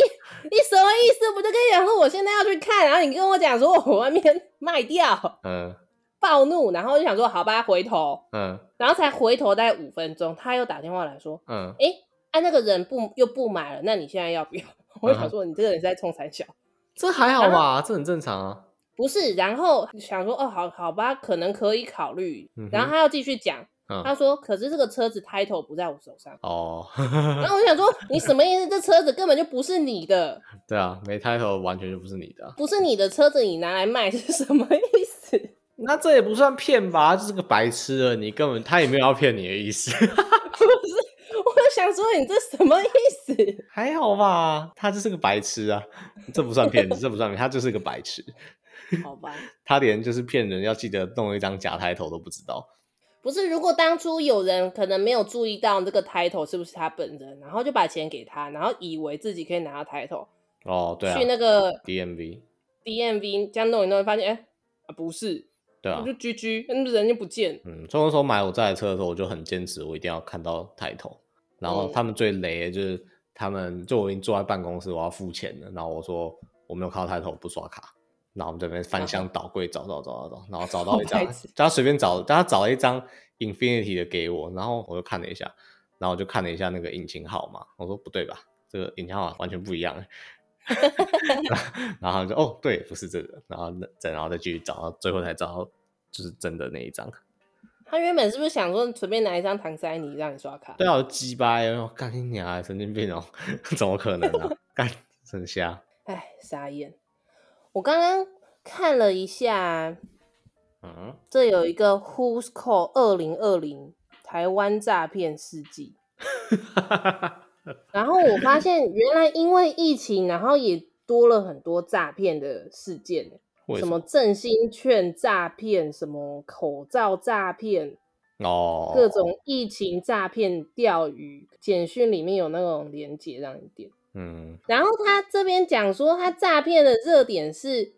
B: 你什么意思？不就跟你讲说我现在要去看，然后你跟我讲说我外面卖掉，
A: 嗯，
B: 暴怒，然后就想说好吧，回头，
A: 嗯，
B: 然后才回头大概五分钟，他又打电话来说，
A: 嗯，
B: 哎、啊那个人不又不买了，那你现在要不 要？我就
A: 啊
B: 想说你这个人是在冲三小，
A: 这还好吧，这很正常啊。
B: 不是，然后想说哦，好好吧，可能可以考虑
A: 嗯哼。
B: 然后他要继续讲，他
A: 嗯，
B: 说可是这个车子 title 不在我手上。
A: 哦，
B: 然后我就想说你什么意思？这车子根本就不是你的，
A: 对啊，没 title 完全就不是你的啊、
B: 不是你的车子，你拿来卖是什么意思？
A: 那这也不算骗吧？就是个白痴了，你根本他也没有要骗你的意思，
B: 我就想说你这什么意思？
A: 还好吧？他就是个白痴啊，这不算骗子，这不算骗，他就是个白痴，
B: 好吧，
A: 他连就是骗人要记得弄一张假 title 都不知道。
B: 不是，如果当初有人可能没有注意到这个 title 是不是他本人，然后就把钱给他，然后以为自己可以拿到 title，、
A: 哦，对啊
B: 去那个
A: ，DMV，
B: DMV 这样弄一弄，发现哎、啊不是，
A: 对啊
B: 我就，居居，那人就不见了。
A: 嗯，所以那时候买我这台车的时候，我就很坚持，我一定要看到 title。然后
B: 嗯
A: 他们最雷的就是他们，就我已经坐在办公室，我要付钱了，然后我说我没有看到 title，我不刷卡。然后我们这边翻箱倒柜找找找找找，然后找到一张
B: 嗯 好白痴，
A: 叫他随便找，叫他找了一张 Infinity 的给我，然后我就看了一下，然后我就看了一下那个引擎号码，我说不对吧，这个引擎号码完全不一 样。然后他们就哦，对，不是这个，然后那再然后再继续找，到最后才找到就是真的那一张。
B: 他原本是不是想说随便拿一张唐塞尼让你刷卡？
A: 对啊，我就鸡巴呀！我干你娘，神经病哦！怎么可能啊？ 干，真瞎。
B: 哎，傻眼！我刚刚看了一下，
A: 嗯，
B: 这有一个 Who's Call 二零二零台湾诈骗事迹，然后我发现原来因为疫情，然后也多了很多诈骗的事件，
A: 为
B: 什么振兴券诈骗，什么口罩诈骗，
A: 哦，
B: 各种疫情诈骗、钓鱼，简讯里面有那种连接让你点。
A: 嗯
B: 然后他这边讲说，他诈骗的热点是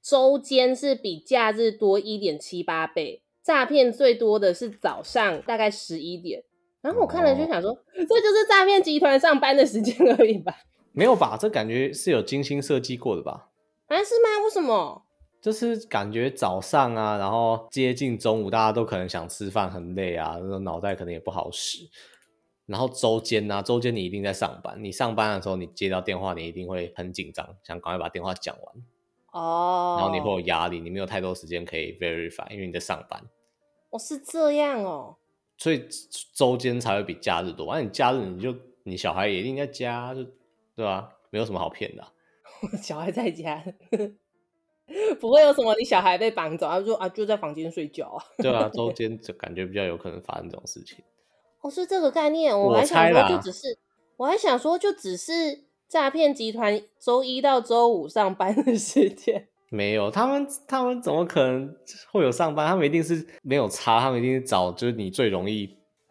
B: 周间是比假日多一点七八倍，诈骗最多的是早上大概十一点。然后我看了就想说，这就是诈骗集团上班的时间而已吧？
A: 没有吧？这感觉是有精心设计过的吧？
B: 啊，是吗？为什么？
A: 就是感觉早上啊，然后接近中午，大家都可能想吃饭，很累啊，那种脑袋可能也不好使。然后周间啊，周间你一定在上班，你上班的时候你接到电话，你一定会很紧张，想赶快把电话讲完，
B: 哦，
A: 然后你会有压力，你没有太多时间可以 verify，因为你在上班。
B: 哦是这样哦，
A: 所以周间才会比假日多。那、啊你假日你就你小孩也一定在家，就对吧、没有什么好骗的啊、
B: 小孩在家。不会有什么，你小孩被绑走，他就说啊，就在房间睡觉啊。
A: 对啊，周间就感觉比较有可能发生这种事情。
B: 哦，是这个概念，
A: 我
B: 我还想
A: 猜
B: 说
A: 啦
B: 就只是，我还想说就只是诈骗集团周一到周五上班的时间。
A: 没有，他们他们怎么可能会有上班？他们一定是没有差，他们一定是找就是你最容易，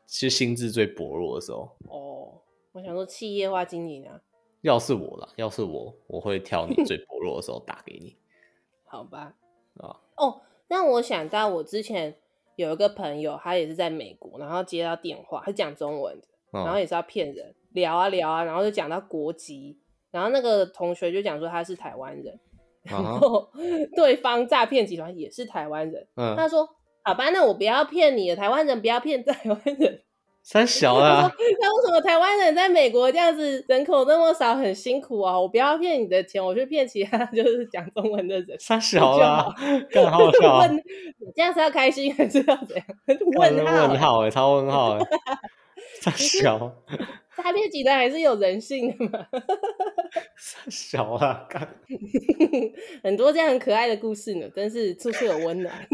A: 其实心智最薄弱的时候。
B: 哦，我想说企业化经营啊，
A: 要是我啦，要是我，我会挑你最薄弱的时候打给你嗯
B: 好吧。
A: 啊。
B: 哦，让我想到我之前有一个朋友，他也是在美国，然后接到电话，他讲中文的，然后
A: 嗯
B: 也是要骗人，聊啊聊啊，然后就讲到国籍，然后那个同学就讲说他是台湾人，然
A: 啊哈
B: 后对方诈骗集团也是台湾人。他
A: 嗯，
B: 说：“好吧，那我不要骗你了，台湾人不要骗 台湾人。
A: 三小
B: 他
A: 啦
B: 说，：“那为什么台湾人在美国这样子人口那么少，很辛苦啊？我不要骗你的钱，我去骗其他 就是讲中文的人。”
A: 三小啦，干好好笑啊！
B: 问这样是要开心还是要怎样？ 问
A: 问
B: 号
A: 问
B: 欸，
A: 号哎、超问号 哎、欸，傻小
B: 诈骗集团还是有人性的嘛，
A: 傻小啊，干
B: 很多这样很可爱的故事呢，真是处处有温暖。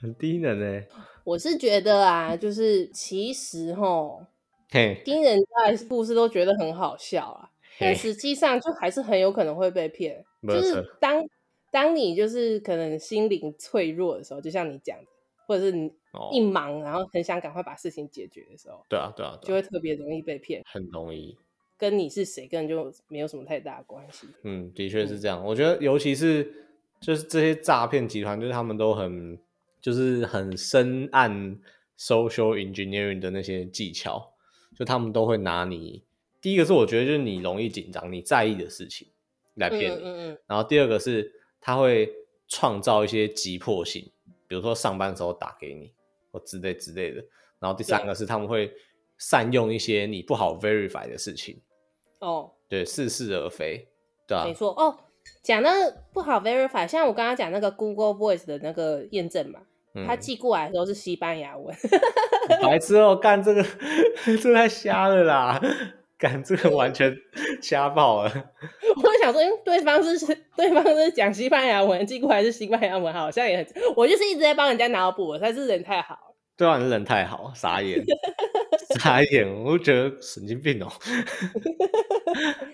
A: 很低能哎、
B: 我是觉得啊，就是其实吼，
A: 嘿
B: 听人家的故事都觉得很好笑啊，但
A: 嘿，
B: 实际上就还是很有可能会被骗。
A: 没
B: 就
A: 错
B: 是当当你就是可能心灵脆弱的时候，就像你讲的，或者是你
A: 哦
B: 一忙，然后很想赶快把事情解决的时候，
A: 对啊对啊
B: 就
A: 对啊，
B: 会特别容易被骗。
A: 很容易。
B: 跟你是谁根本就没有什么太大的关 系。
A: 嗯，的确是这样。我觉得尤其是就是这些诈骗集团，就是他们都很就是很深谙 social engineering 的那些技巧，就他们都会拿你第一个是我觉得就是你容易紧张、你在意的事情来骗你，
B: 嗯嗯嗯，
A: 然后第二个是他会创造一些急迫性，比如说上班的时候打给你或之类之类的。然后第三个是他们会善用一些你不好 verify 的事情，
B: 哦，
A: 对，似是而非，对啊
B: 没，错哦。讲到不好 verify，像我刚刚讲那个 Google Voice 的那个验证嘛，
A: 嗯
B: 它寄过来的时候是西班牙文，
A: 白痴哦，干这个 这太瞎了啦，干这个完全瞎爆了。
B: 我想说，嗯，对方是 是对方是讲西班牙文，寄过来是西班牙文，好像也很，我就是一直在帮人家脑补，我才是人太好了。
A: 对啊，你人太好，傻 眼，傻眼，我就觉得神经病哦，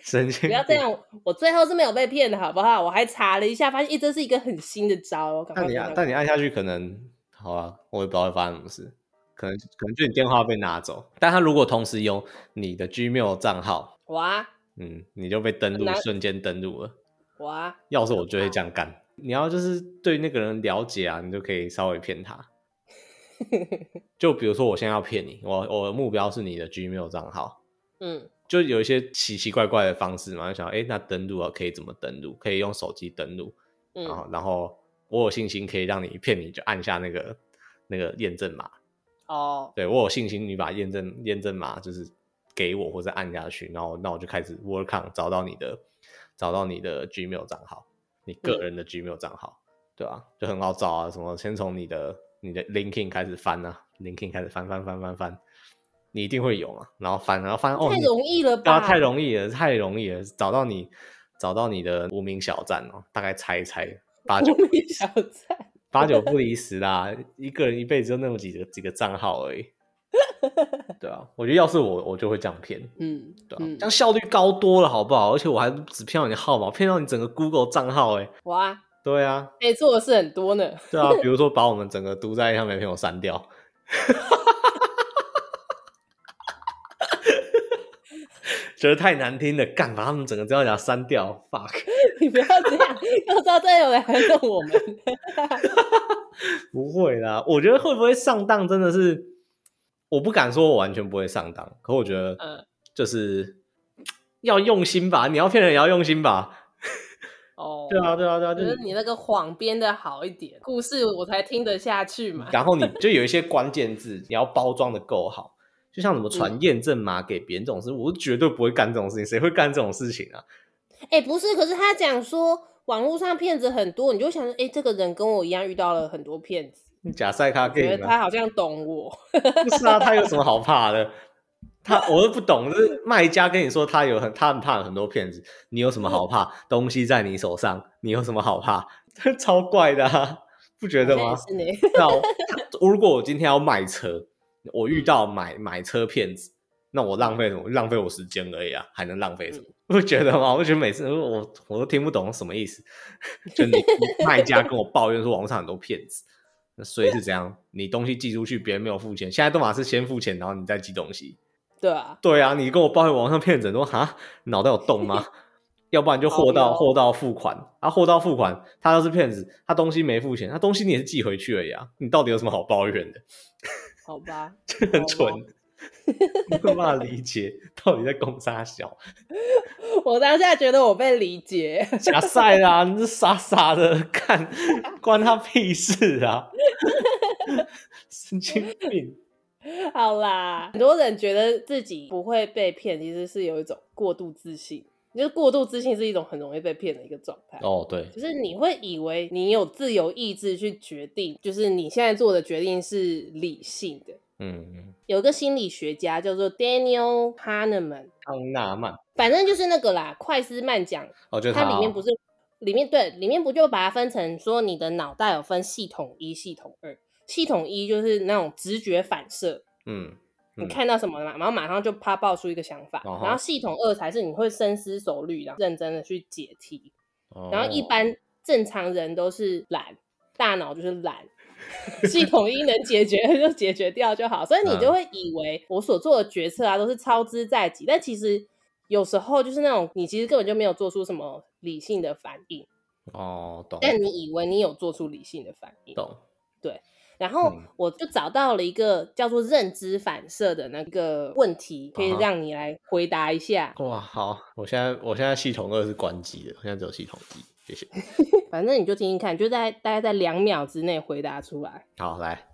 A: 神经
B: 不要这
A: 病。
B: 样，我最后是没有被骗的，好不好？我还查了一下，发现一这是一个很新的招，我赶快
A: 但你
B: 跟他
A: 按
B: 们
A: 但你按下去，可能好啊，我也不知道会发生什么事，可能可能就你电话被拿走。但他如果同时有你的 Gmail 账号，
B: 哇
A: 嗯，你就被登录
B: 拿，
A: 瞬间登录了。
B: 哇，
A: 要是我就会这样干。你要就是对那个人了解啊，你就可以稍微骗他。就比如说，我现在要骗你，我我的目标是你的 Gmail 账号，
B: 嗯，
A: 就有一些奇奇怪怪的方式嘛，就想哎，诶那登录啊可以怎么登录？可以用手机登录，
B: 嗯
A: 然后哦然后我有信心可以让你骗你，就按下那个那个验证码。
B: 哦，
A: 对我有信心，你把验证验证码就是给我或者按下去，然后那我就开始 work on 找到你的找到你的 Gmail 账号，你个
B: 嗯
A: 人的 Gmail 账号，对吧、就很好找啊，什么先从你的你的 LinkedIn 开始翻啊，LinkedIn 开始翻翻翻翻翻，你一定会有嘛，然后翻然后翻哦，
B: 太
A: 你
B: 容易了
A: 对啊，
B: 吧？
A: 太容易了，太容易了，找到你找到你的无名小站哦，大概猜一猜，八九
B: 我们小站，
A: 八九不离十啦， 一个人一辈子就那么几个几个账号而已。对啊，我觉得要是我，我就会这样骗，
B: 嗯，
A: 对啊，
B: 嗯
A: 这样效率高多了，好不好？而且我还只骗到你号码，骗到你整个 Google 账号、欸，哎，
B: 哇，
A: 对啊，
B: 哎、做的事很多呢，
A: 对啊，比如说把我们整个独在上面朋友删掉，觉得太难听了，干把他们整个资料夹删掉，fuck，
B: 你不要这样， 要知道这有人来弄我们，
A: 不会啦，我觉得会不会上当真的是，我不敢说我完全不会上当，可我觉得
B: 嗯，
A: 就是要用心吧，你要骗人也要用心吧，
B: 哦，
A: 对啊，，对啊，对啊，就
B: 觉得
A: 是
B: 你那个谎编的好一点，故事我才听得下去嘛。
A: 然后你就有一些关键字， 你要包装的够好，就像什
B: 嗯
A: 么传验证码给别人这种事，我是绝对不会干这种事情，谁会干这种事情啊？
B: 哎、不是，可是他讲说网络上骗子很多，你就想说，哎、这个人跟我一样遇到了很多骗子，
A: 假赛卡
B: 觉得
A: gay
B: 他
A: 吗？
B: 好像懂我。
A: 不是啊，他有什么好怕的？他我都不懂，就是卖家跟你说他有很他很怕很多骗子，你有什么好怕？东西在你手上，你有什么好怕？ 超怪的、啊，不觉得吗？
B: 好像也是呢，
A: 那我如果我今天要卖车，我遇到买买车骗子，那我浪费什么？浪费我时间而已啊，还能浪费什么？ 不觉得吗？我觉得每次我我都听不懂什么意思。就你你卖家跟我抱怨说网络上很多骗子，那所以是怎样？你东西寄出去，别人没有付钱，现在都嘛是先付钱，然后你再寄东西。
B: 对啊，
A: 对啊，你跟我抱怨网上骗子，你说哈脑袋有洞吗？ 要不然就货
B: 好
A: 到
B: 哟
A: 货到付款啊，货到付款，他要是骗子，他东西没付钱，他东西你也是寄回去而已啊，你到底有什么好抱怨的？
B: 好吧，
A: 很
B: 好
A: 蠢
B: 吧。
A: 没有办法理解到底在攻杀小
B: 我当下觉得我被理解，
A: 假赛啦， 你这傻傻的看，关他屁事啊！ 神经病。
B: 好啦，很多人觉得自己不会被骗，其实是有一种过度自信，就是过度自信是一种很容易被骗的一个状态。
A: 哦，对，
B: 就是你会以为你有自由意志去决定，就是你现在做的决定是理性的。
A: 嗯，
B: 有一个心理学家叫做 Daniel Kahneman，
A: 康纳曼，
B: 反正就是那个啦，快思慢讲，
A: 哦，就是
B: 它
A: 他
B: 里面不
A: 是
B: 是里面对里面不就把它分成说你的脑袋有分系统一、系统二。系统一就是那种直觉反射，
A: 嗯
B: 你
A: 嗯
B: 看到什么嘛，然后马上就啪爆出一个想法，
A: 哦吼
B: 然后系统二才是你会深思熟虑，然后认真的去解题，
A: 哦
B: 然后一般正常人都是懒，大脑就是懒， 系统一能解决就解决掉就好，所以你就
A: 嗯
B: 会以为我所做的决策啊都是操之在己，但其实有时候就是那种你其实根本就没有做出什么理性的反应，
A: 哦，懂
B: 但你以为你有做出理性的反应。
A: 懂，
B: 然后
A: 嗯
B: 我就找到了一个叫做认知反射的那个问题，可以
A: 啊哈
B: 让你来回答一下。
A: 哇，好，我现在我现在系统二是关机的，我现在只有系统一，谢谢。
B: 反正你就听听看，就在大概在两秒之内回答出来。
A: 好，来，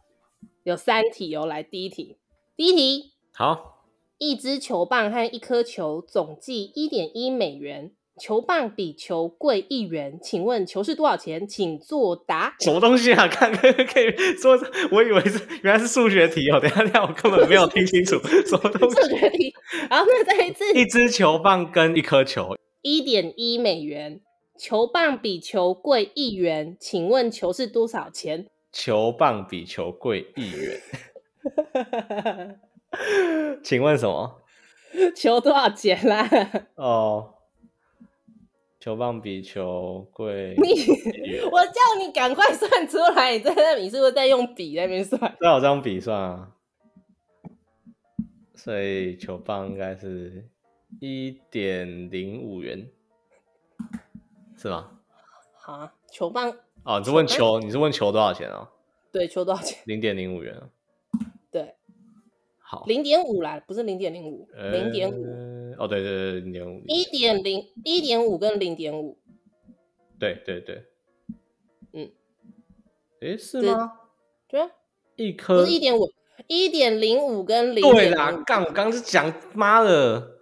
B: 有三题哦，来第一题，第一题，
A: 好，
B: 一支球棒和一颗球总计一点一美元，球棒比球贵一元，请问球是多少钱？请作答。
A: 什么东西啊？ 看，可以可以说，我以为是原来是数学题哦，等一下等一下，我根本没有听清楚什么东
B: 数
A: 西。
B: 学题，好，那再一次，
A: 一支球棒跟一颗球，
B: 一点一美元，球棒比球贵一元，请问球是多少钱？
A: 球棒比球贵一元， 请问什么？
B: 球多少钱啦？
A: 哦，球棒比球贵
B: 你
A: 一元，
B: 我叫你赶快算出来，你在那里是不是在用笔在那边算？
A: 那我这样比算啊，所以球棒应该是一点零五元，是吗？
B: 啊，球棒
A: 哦，你是问球，你是问球多少钱哦？
B: 对球多少钱？
A: 零点零五元啊。
B: 对，
A: 好，
B: 零点五啦，不是零点零五，零点五，
A: 五。哦，对对对，零点五。
B: 一点零，一点五跟零点五，
A: 对对对，
B: 嗯，
A: 诶，是
B: 对
A: 吗？
B: 对啊，
A: 一颗
B: 不是一点五，一点零五跟零
A: 呃对
B: 点
A: 啦
B: 零五，，
A: 干！我刚刚是讲妈 的，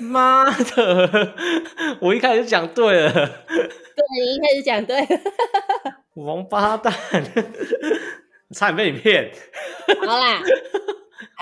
A: 妈的！我一开始就讲对了，
B: 对，你一开始讲对了。
A: 王八蛋， 差点被你骗。
B: 好啦，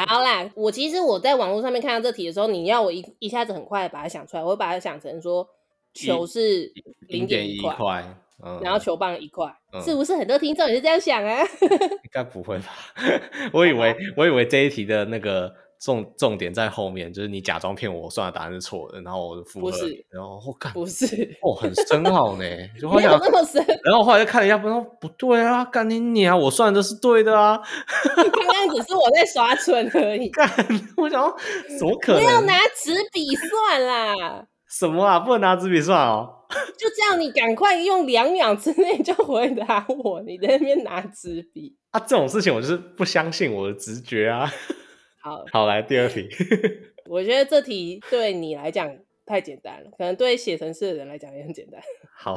B: 好啦，我其实我在网络上面看到这题的时候，你要我一一下子很快地把它想出来，我会把它想成说球是零点
A: 一
B: 块，
A: 块，嗯，
B: 然后球棒一块，
A: 嗯
B: 是不是很多听众也是这样 想啊？
A: 应该不会吧？ 我以为我以为这一题的那个重重点在后面，就是你假装骗我，我算的答案是错的，然后我就附和
C: 不是
A: 你，然后我干，
B: 不是，
A: 哦，很深奥 呢，就好
B: 没有
A: 想
B: 那么深。
A: 然后后来就看了一下，不说不对啊，干你娘！我算的是对的啊，
B: 刚刚只是我在耍蠢而已，
A: 干！ 我想说
B: 嗯
A: 怎么可
B: 不要
A: 能？
B: 拿纸笔算啦，
A: 什么啊？不能拿纸笔算哦？
B: 就叫你赶快用两秒之内就回答我，你在那边拿纸笔。
A: 啊，这种事情我就是不相信我的直觉啊。
B: 好，
A: 好，来第二题。
B: 我觉得这题对你来讲太简单了，可能对写程式的人来讲也很简单。
A: 好，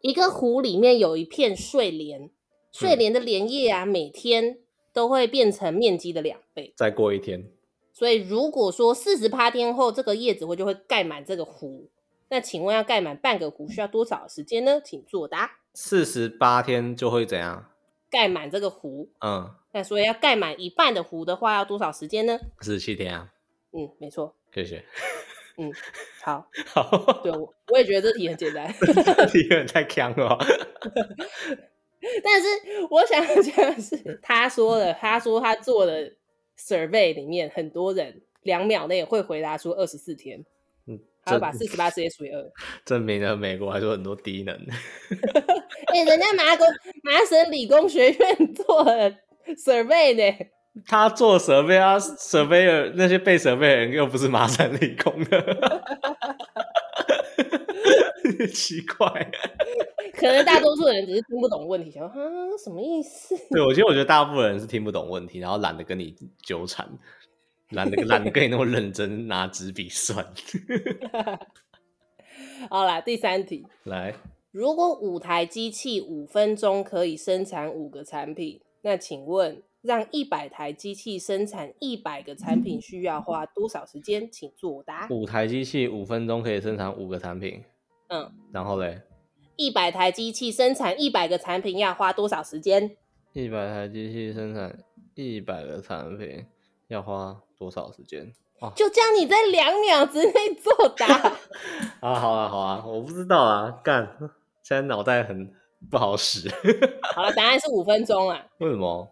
B: 一个湖里面有一片睡莲，睡
A: 嗯
B: 莲的莲叶啊，每天都会变成面积的两倍。
A: 再过一天，
B: 所以如果说四十八天后，这个叶子会就会盖满这个湖。那请问要盖满半个湖需要多少时间呢？请作答。
A: 四十八天就会怎样？
B: 盖满这个湖，
A: 嗯，
B: 那所以要盖满一半的湖的话，要多少时间呢？
A: 四十七天啊。
B: 嗯，没错。
A: 谢谢。
B: 嗯，好，
A: 好，
B: 对我我也觉得这题很简单，
A: 这题有点太强了哦吧。
B: 但是我想讲的 是，他说了，他说他做的 survey 里面，很多人两秒内会回答出二十四天，
A: 嗯
B: 他会把四十八直接除以二。
A: 证明了美国还是有很多低能。
B: 哎、人家麻工麻省理工学院做了 survey 呢，
A: 他做 survey 啊，surveyor 那些被 survey 的人又不是麻省理工的， 奇怪。
B: 可能大多数人只是听不懂问题，想说啊什么意思？
A: 对，我其实我觉得大部分人是听不懂问题，然后懒得跟你纠缠，懒得懒得跟你那么认真拿纸笔算。
B: 好啦，第三题，
A: 来，
B: 如果五台机器五分钟可以生产五个产品，那请问让一百台机器生产一百个产品需要花多少时间？请作答。
A: 五台机器五分钟可以生产五个产品，
B: 嗯，
A: 然后嘞，
B: 一百台机器生产一百个产品要花多少时间？
A: 一百台机器生产一百个产品要花多少时间？
B: 就叫你在两秒之内作答。
A: 啊，好啊，好啊，我不知道啊，干，现在脑袋很不好使。
B: 好了，答案是五分钟啦。
A: 为什么？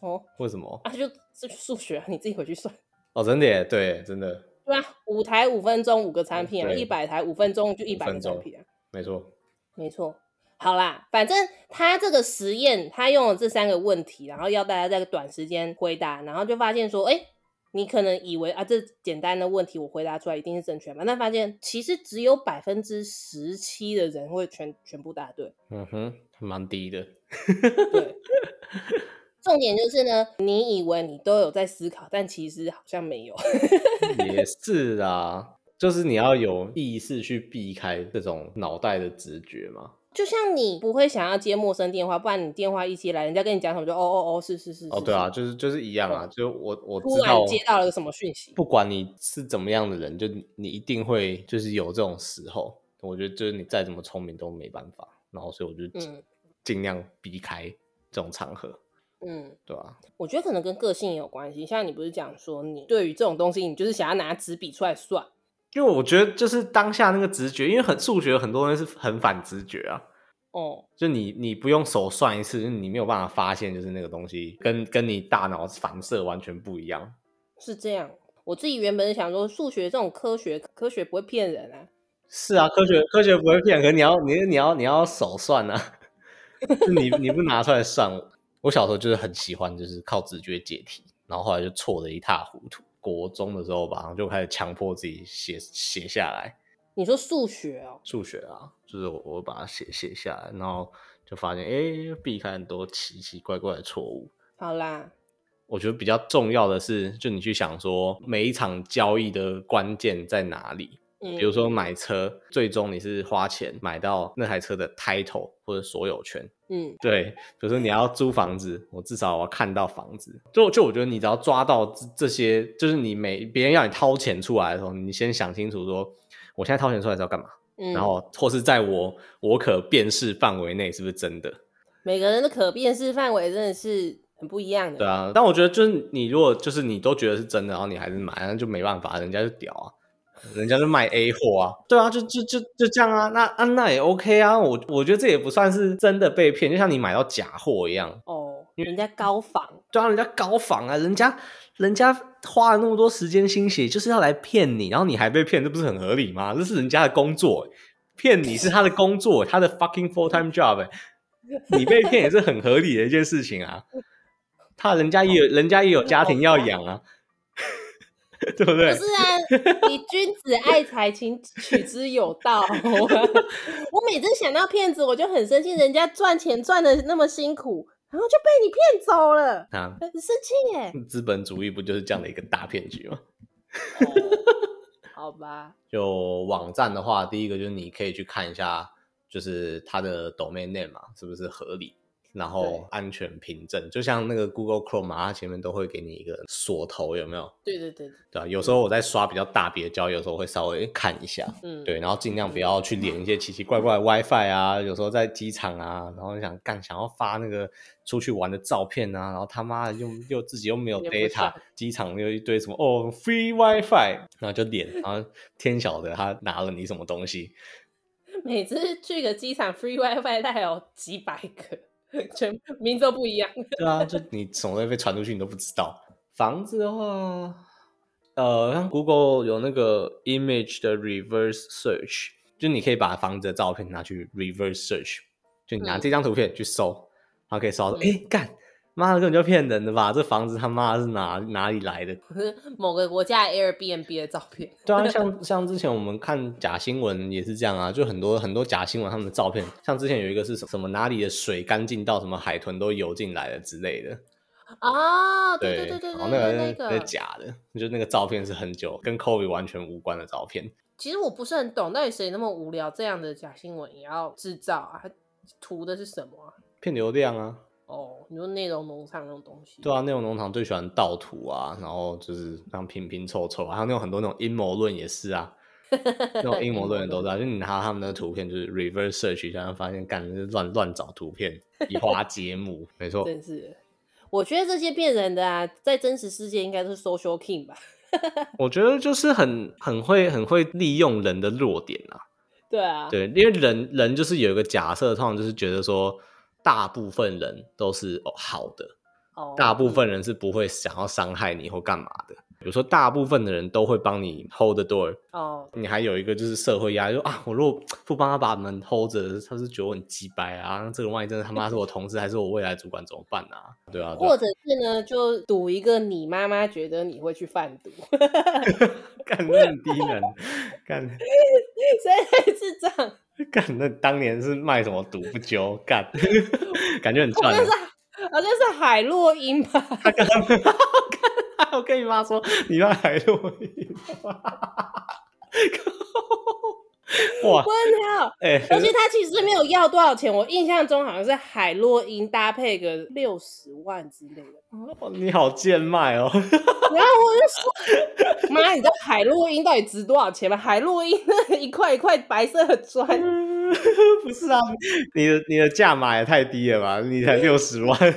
B: 哦，
A: 为什么？
B: 啊，就这就数学啊，你自己回去算。
A: 哦，真的耶，对，真的，
B: 对啊，五台五分钟五个产品啊，
A: 对
B: 一百台五分钟就一百
A: 5
B: 个
A: 分钟
B: 产品啊。
A: 没错。
B: 没错。好啦，反正他这个实验，他用了这三个问题，然后要大家在短时间回答，然后就发现说，哎、你可能以为啊，这简单的问题我回答出来一定是正确嘛，但发现其实只有百分之十七的人会全全部答对。
A: 嗯哼，蛮低的。
B: 对，重点就是呢，你以为你都有在思考，但其实好像没有。
A: 也是啊，就是你要有意识去避开这种脑袋的直觉嘛。
B: 就像你不会想要接陌生电话，不然你电话一接来，人家跟你讲什么就哦哦哦，是是是。
A: 哦，
B: 是
A: 对啊，
B: 是
A: 就是就是一样啊，就我我
B: 突
A: 知道
B: 然接到了个什么讯息
A: 不管你是怎么样的人，就你一定会就是有这种时候。我觉得就是你再怎么聪明都没办法，然后所以我就
B: 嗯
A: 尽量避开这种场合，
B: 嗯，
A: 对啊吧、
B: 我觉得可能跟个性也有关系。像你不是讲说你对于这种东西，你就是想要拿纸笔出来算，
A: 因为我觉得就是当下那个直觉，因为很数学很多东西是很反直觉啊，
B: 哦，
A: 就你你不用手算一次，就是你没有办法发现，就是那个东西跟跟你大脑反射完全不一样。
B: 是这样。我自己原本想说，数学这种科学，科学不会骗人啊。
A: 是啊，科学科学不会骗，可你要你你要你要手算啊，就你你不拿出来算，我小时候就是很喜欢就是靠直觉解题，然后后来就错的一塌糊涂。国中的时候吧，然后就开始强迫自己写写下来
B: 你说数学哦，
A: 数学啊，就是我我把它写写下来，然后就发现诶避开很多奇奇怪怪的错误。
B: 好啦，
A: 我觉得比较重要的是，就你去想说每一场交易的关键在哪里，
B: 嗯，
A: 比如说买车，最终你是花钱买到那台车的 title 或者所有权。
B: 嗯，
A: 对，比如说你要租房子，我至少我要看到房子。就就我觉得你只要抓到这这些，就是你每别人要你掏钱出来的时候，你先想清楚说，我现在掏钱出来是要干嘛，
B: 嗯，
A: 然后或是在我我可辨识范围内是不是真的。
B: 每个人的可辨识范围真的是很不一样的。
A: 对啊，但我觉得就是你如果就是你都觉得是真的，然后你还是买，那就没办法，人家就屌啊，人家就卖 A 货啊，对啊，就就就就这样啊，那啊那也 OK 啊，我我觉得这也不算是真的被骗，就像你买到假货一样，
B: 哦，人家高仿，
A: 对啊，人家高仿啊，人家人家花了那么多时间心血就是要来骗你，然后你还被骗，这不是很合理吗？这是人家的工作欸、骗你是他的工作，他的 fucking full time job，欸、你被骗也是很合理的一件事情啊。他人家也有人家也有家庭要养啊， 对不
B: 不
A: 对？
B: 是啊，你君子爱财，请取之有道。 我每次想到骗子，我就很生气，人家赚钱赚的那么辛苦，然后就被你骗走了，
A: 啊，
B: 很生气耶。
A: 资本主义不就是这样的一个大骗局吗？
B: 好吧，
A: 就网站的话，第一个就是你可以去看一下，就是它的 domain name 嘛，是不是合理，然
B: 对
A: 后安全凭证，就像那个 Google Chrome 嘛，它前面都会给你一个锁头，有没有？
B: 对对对，
A: 对啊，有时候我在刷比较大笔的交易，有时候会稍微看一下，
B: 嗯，
A: 对，然后尽量不要去连一些奇奇怪怪的 WiFi 啊，有时候在机场啊，然后想干想要发那个出去玩的照片啊，然后他妈的又又自己又 没有
B: 连不
A: data，
B: 上
A: 机场又一堆什么哦 free WiFi，然后就连，然后天晓得他拿了你什么东西，
B: 每次去个机场 free wifi 大概有几百个， 全名字都不一样。
A: 对啊，就你什么东西被传出去你都不知道。房子的话，呃，像 Google 有那个 image 的 reverse search，就你可以把房子的照片拿去 reverse search，就你拿
B: 嗯
A: 这张图片去搜，然后可以搜到说，
B: 嗯
A: 哎、干，妈的根本就骗人的吧？这房子他妈的是哪哪里来的？
B: 某个国家的 Airbnb 的照片，
A: 对啊，像像之前我们看假新闻也是这样啊，就很多很多假新闻他们的照片，像之前有一个是什什么哪里的水干净到什么海豚都游进来了之类的。
B: 哦，对对对对
A: 然后
B: 对，
A: 那
B: 对
A: 个
B: 那
A: 那是假的，就那个照片是很久跟 Kobe 完全无关的照片。
B: 其实我不是很懂，到底谁那么无聊，这样的假新闻也要制造啊？它图的是什么啊？
A: 骗流量啊，
B: 哦，你说内容农场那种东西，
A: 对啊，那种农场最喜欢盗图啊，然后就是让拼拼凑凑啊，还有那种很多那种阴谋论也是 啊，那种阴谋论的都是啊，就你拿他们的图片就是 reverse search 一下，发现干就是乱乱找图片，移 花接木，没错，
B: 真是。我觉得这些骗人的啊，在真实世界应该都是 social king 吧？
A: 我觉得就是很很会很会利用人的弱点啊，
B: 对啊，
A: 对，因为人人就是有一个假设，通常就是觉得说大部分人都是、哦、好的。
B: 哦，
A: 大部分人是不会想要伤害你或干嘛的，比如说大部分的人都会帮你 hold the door，
B: 哦，
A: 你还有一个就是社会压力，就啊，我如果不帮他把门 hold 着，他是觉得我很鸡掰啊，那这个万一真的他妈是我同事还是我未来主管怎么办啊？对啊，对啊
B: 或者是呢，就赌一个你妈妈觉得你会去贩毒， 所
A: 干那很低能， 干
B: 以是这样。
A: 干那当年是卖什么毒不究，干 感觉很
B: 我
A: 赚
B: 那
A: 欸。
B: 是好像是海洛 因吧？
A: 啊我跟你妈说，你妈还录音， 哇，
B: 问 号。
A: 哎、
B: 而且他其实没有要多少钱，我印象中好像是海洛因搭配个六十万之类的。
A: 哇你好贱卖哦！
B: 然后我就说：“妈，你知道海洛因到底值多少钱吗？海洛因那一块一块白色的砖，
A: 不是啊，你的你的价码也太低了吧？你才六十 万，
B: 啊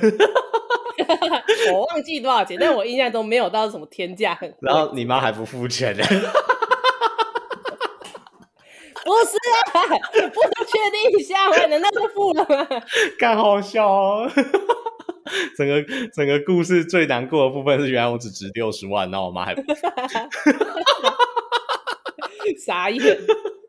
B: 我忘记多少钱，但我印象中没有到什么天价很贵。
A: 然后你妈还不付钱，
B: 不是啊， 不能确定一下吗？难道就付了吗？
A: 干好笑哦！ 整个整个故事最难过的部分是，原来我只值六十万，然后我妈还不付
B: 傻眼。”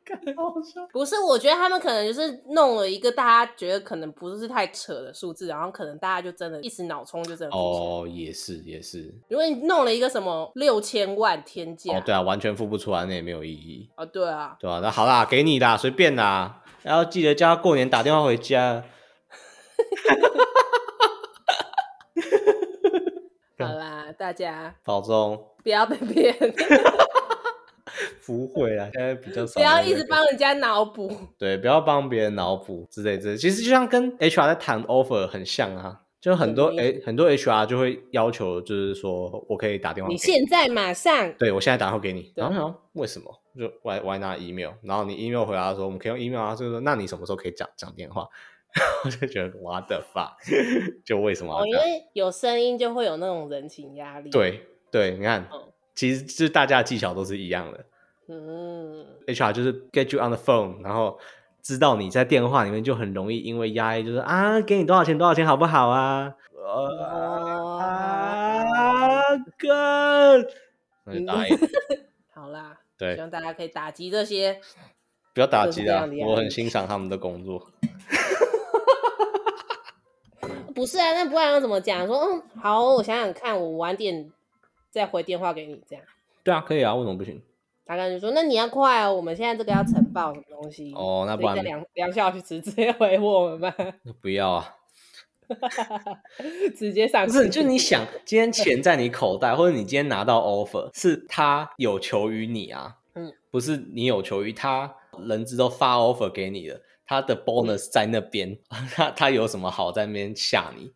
A: 干好笑。
B: 不是，我觉得他们可能就是弄了一个大家觉得可能不是太扯的数字，然后可能大家就真的一时脑冲就真的付钱。
A: 哦，也是也是，
B: 如果你弄了一个什么六千万天价，
A: 哦对啊，完全付不出来，那也没有意义。
B: 哦对啊，
A: 对吧、那好啦，给你啦，随便啦。然后记得叫他过年打电话回家。干
B: 好啦，大家
A: 保重，
B: 不要被骗，
A: 不会啦，现在比较少。
B: 不要一直帮人家脑补。
A: 对，不要帮别人脑补之类之类。其实就像跟 HR 在谈 offer 很像啊，就很多
B: 什么意
A: A 很多 HR 就会要求，就是说我可以打电话给
B: 你现在马上，
A: 对我现在打电话给你。
B: 对
A: 然后想说为什么？就 why why not email？然后你 email 回答说我们可以用 email 啊，就是说那你什么时候可以讲讲电话？我就觉得 what the fuck，就为什么要
B: 哦，
A: 这
B: 因
A: 样？
B: 为有声音就会有那种人情压力。，
A: 对对，你看，
B: 嗯
A: 其实就是大家的技巧都是一样的。
B: 嗯，
A: HR 就是 get you on the phone，然后知道你在电话里面就很容易因为压力，就是啊，给你多少钱多少钱好不好啊？呃
B: 哦，
A: 啊哥，那就
B: 嗯
A: 答应。
B: 好啦，希
A: 对，
B: 望大家可以打击这些。
A: 不要打
B: 就是
A: 击
B: 这
A: 啊
B: 样的！压
A: 我
B: 力
A: 很欣赏他们的工作。
B: 不是啊，那不然要怎么讲？说嗯，好，我想想看，我晚点再回电话给你，这样。
A: 对啊，可以啊，为什么不行？
B: 大概就说，那你要快哦，我们现在这个要晨报什么东西？
A: 哦那
B: 所以
A: 不然
B: 在两两小时直接 回我们吧，
A: 那不要啊！
B: 直接上
A: 不
B: 去。
A: 是，就你想，今天钱在你口袋，或者你今天拿到 offer，是他有求于你啊，
B: 嗯，
A: 不是你有求于他，人资都发 offer 给你了，他的 bonus 在那边， 他他有什么好在那边吓你？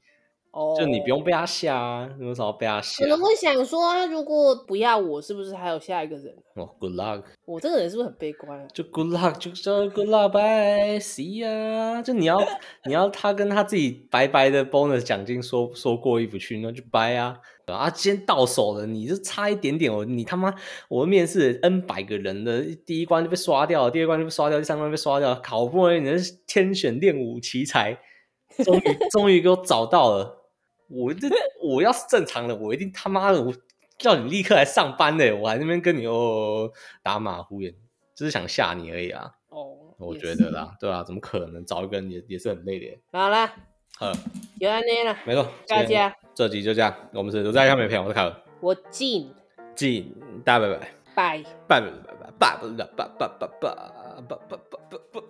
B: 哦，
A: 就你不。用被他吓啊，你为什么要被他吓
B: 可？能会想说啊，如果不要我，是不是还有下一个人？啊
A: 哦，good luck，
B: 我这个人是不是很悲观啊？
A: 就 good luck，就说 good luck，拜，see ya。就你要你要他跟他自己白白的 bonus 奖金说说过意不去，那就掰啊。对啊，今天到手了，你就差一点点，我你他妈我面试 N 百个人的第一关就被刷掉了，第二关就被刷掉，第三关就被刷掉，好不容易你是天选练武奇才，终于终于给我找到了。我这我要是正常的，我一定他妈的我叫你立刻来上班的，我还在那边跟你哦打马虎眼，就是想吓你而已啊，
B: 哦，
A: 我
B: 也
A: 觉
B: 是
A: 得。啦，对啊，怎么可能找一个人也也是很累的耶，
B: 好啦，
A: 嗯，
B: 有安内啦，
A: 没错，
B: 大
A: 今天
B: 家
A: 这集就这样，我们是留在看美片，我是凯文，
B: 我进
A: 记大家拜拜。
B: 拜。
A: 拜拜拜拜拜拜拜拜拜拜拜拜拜拜。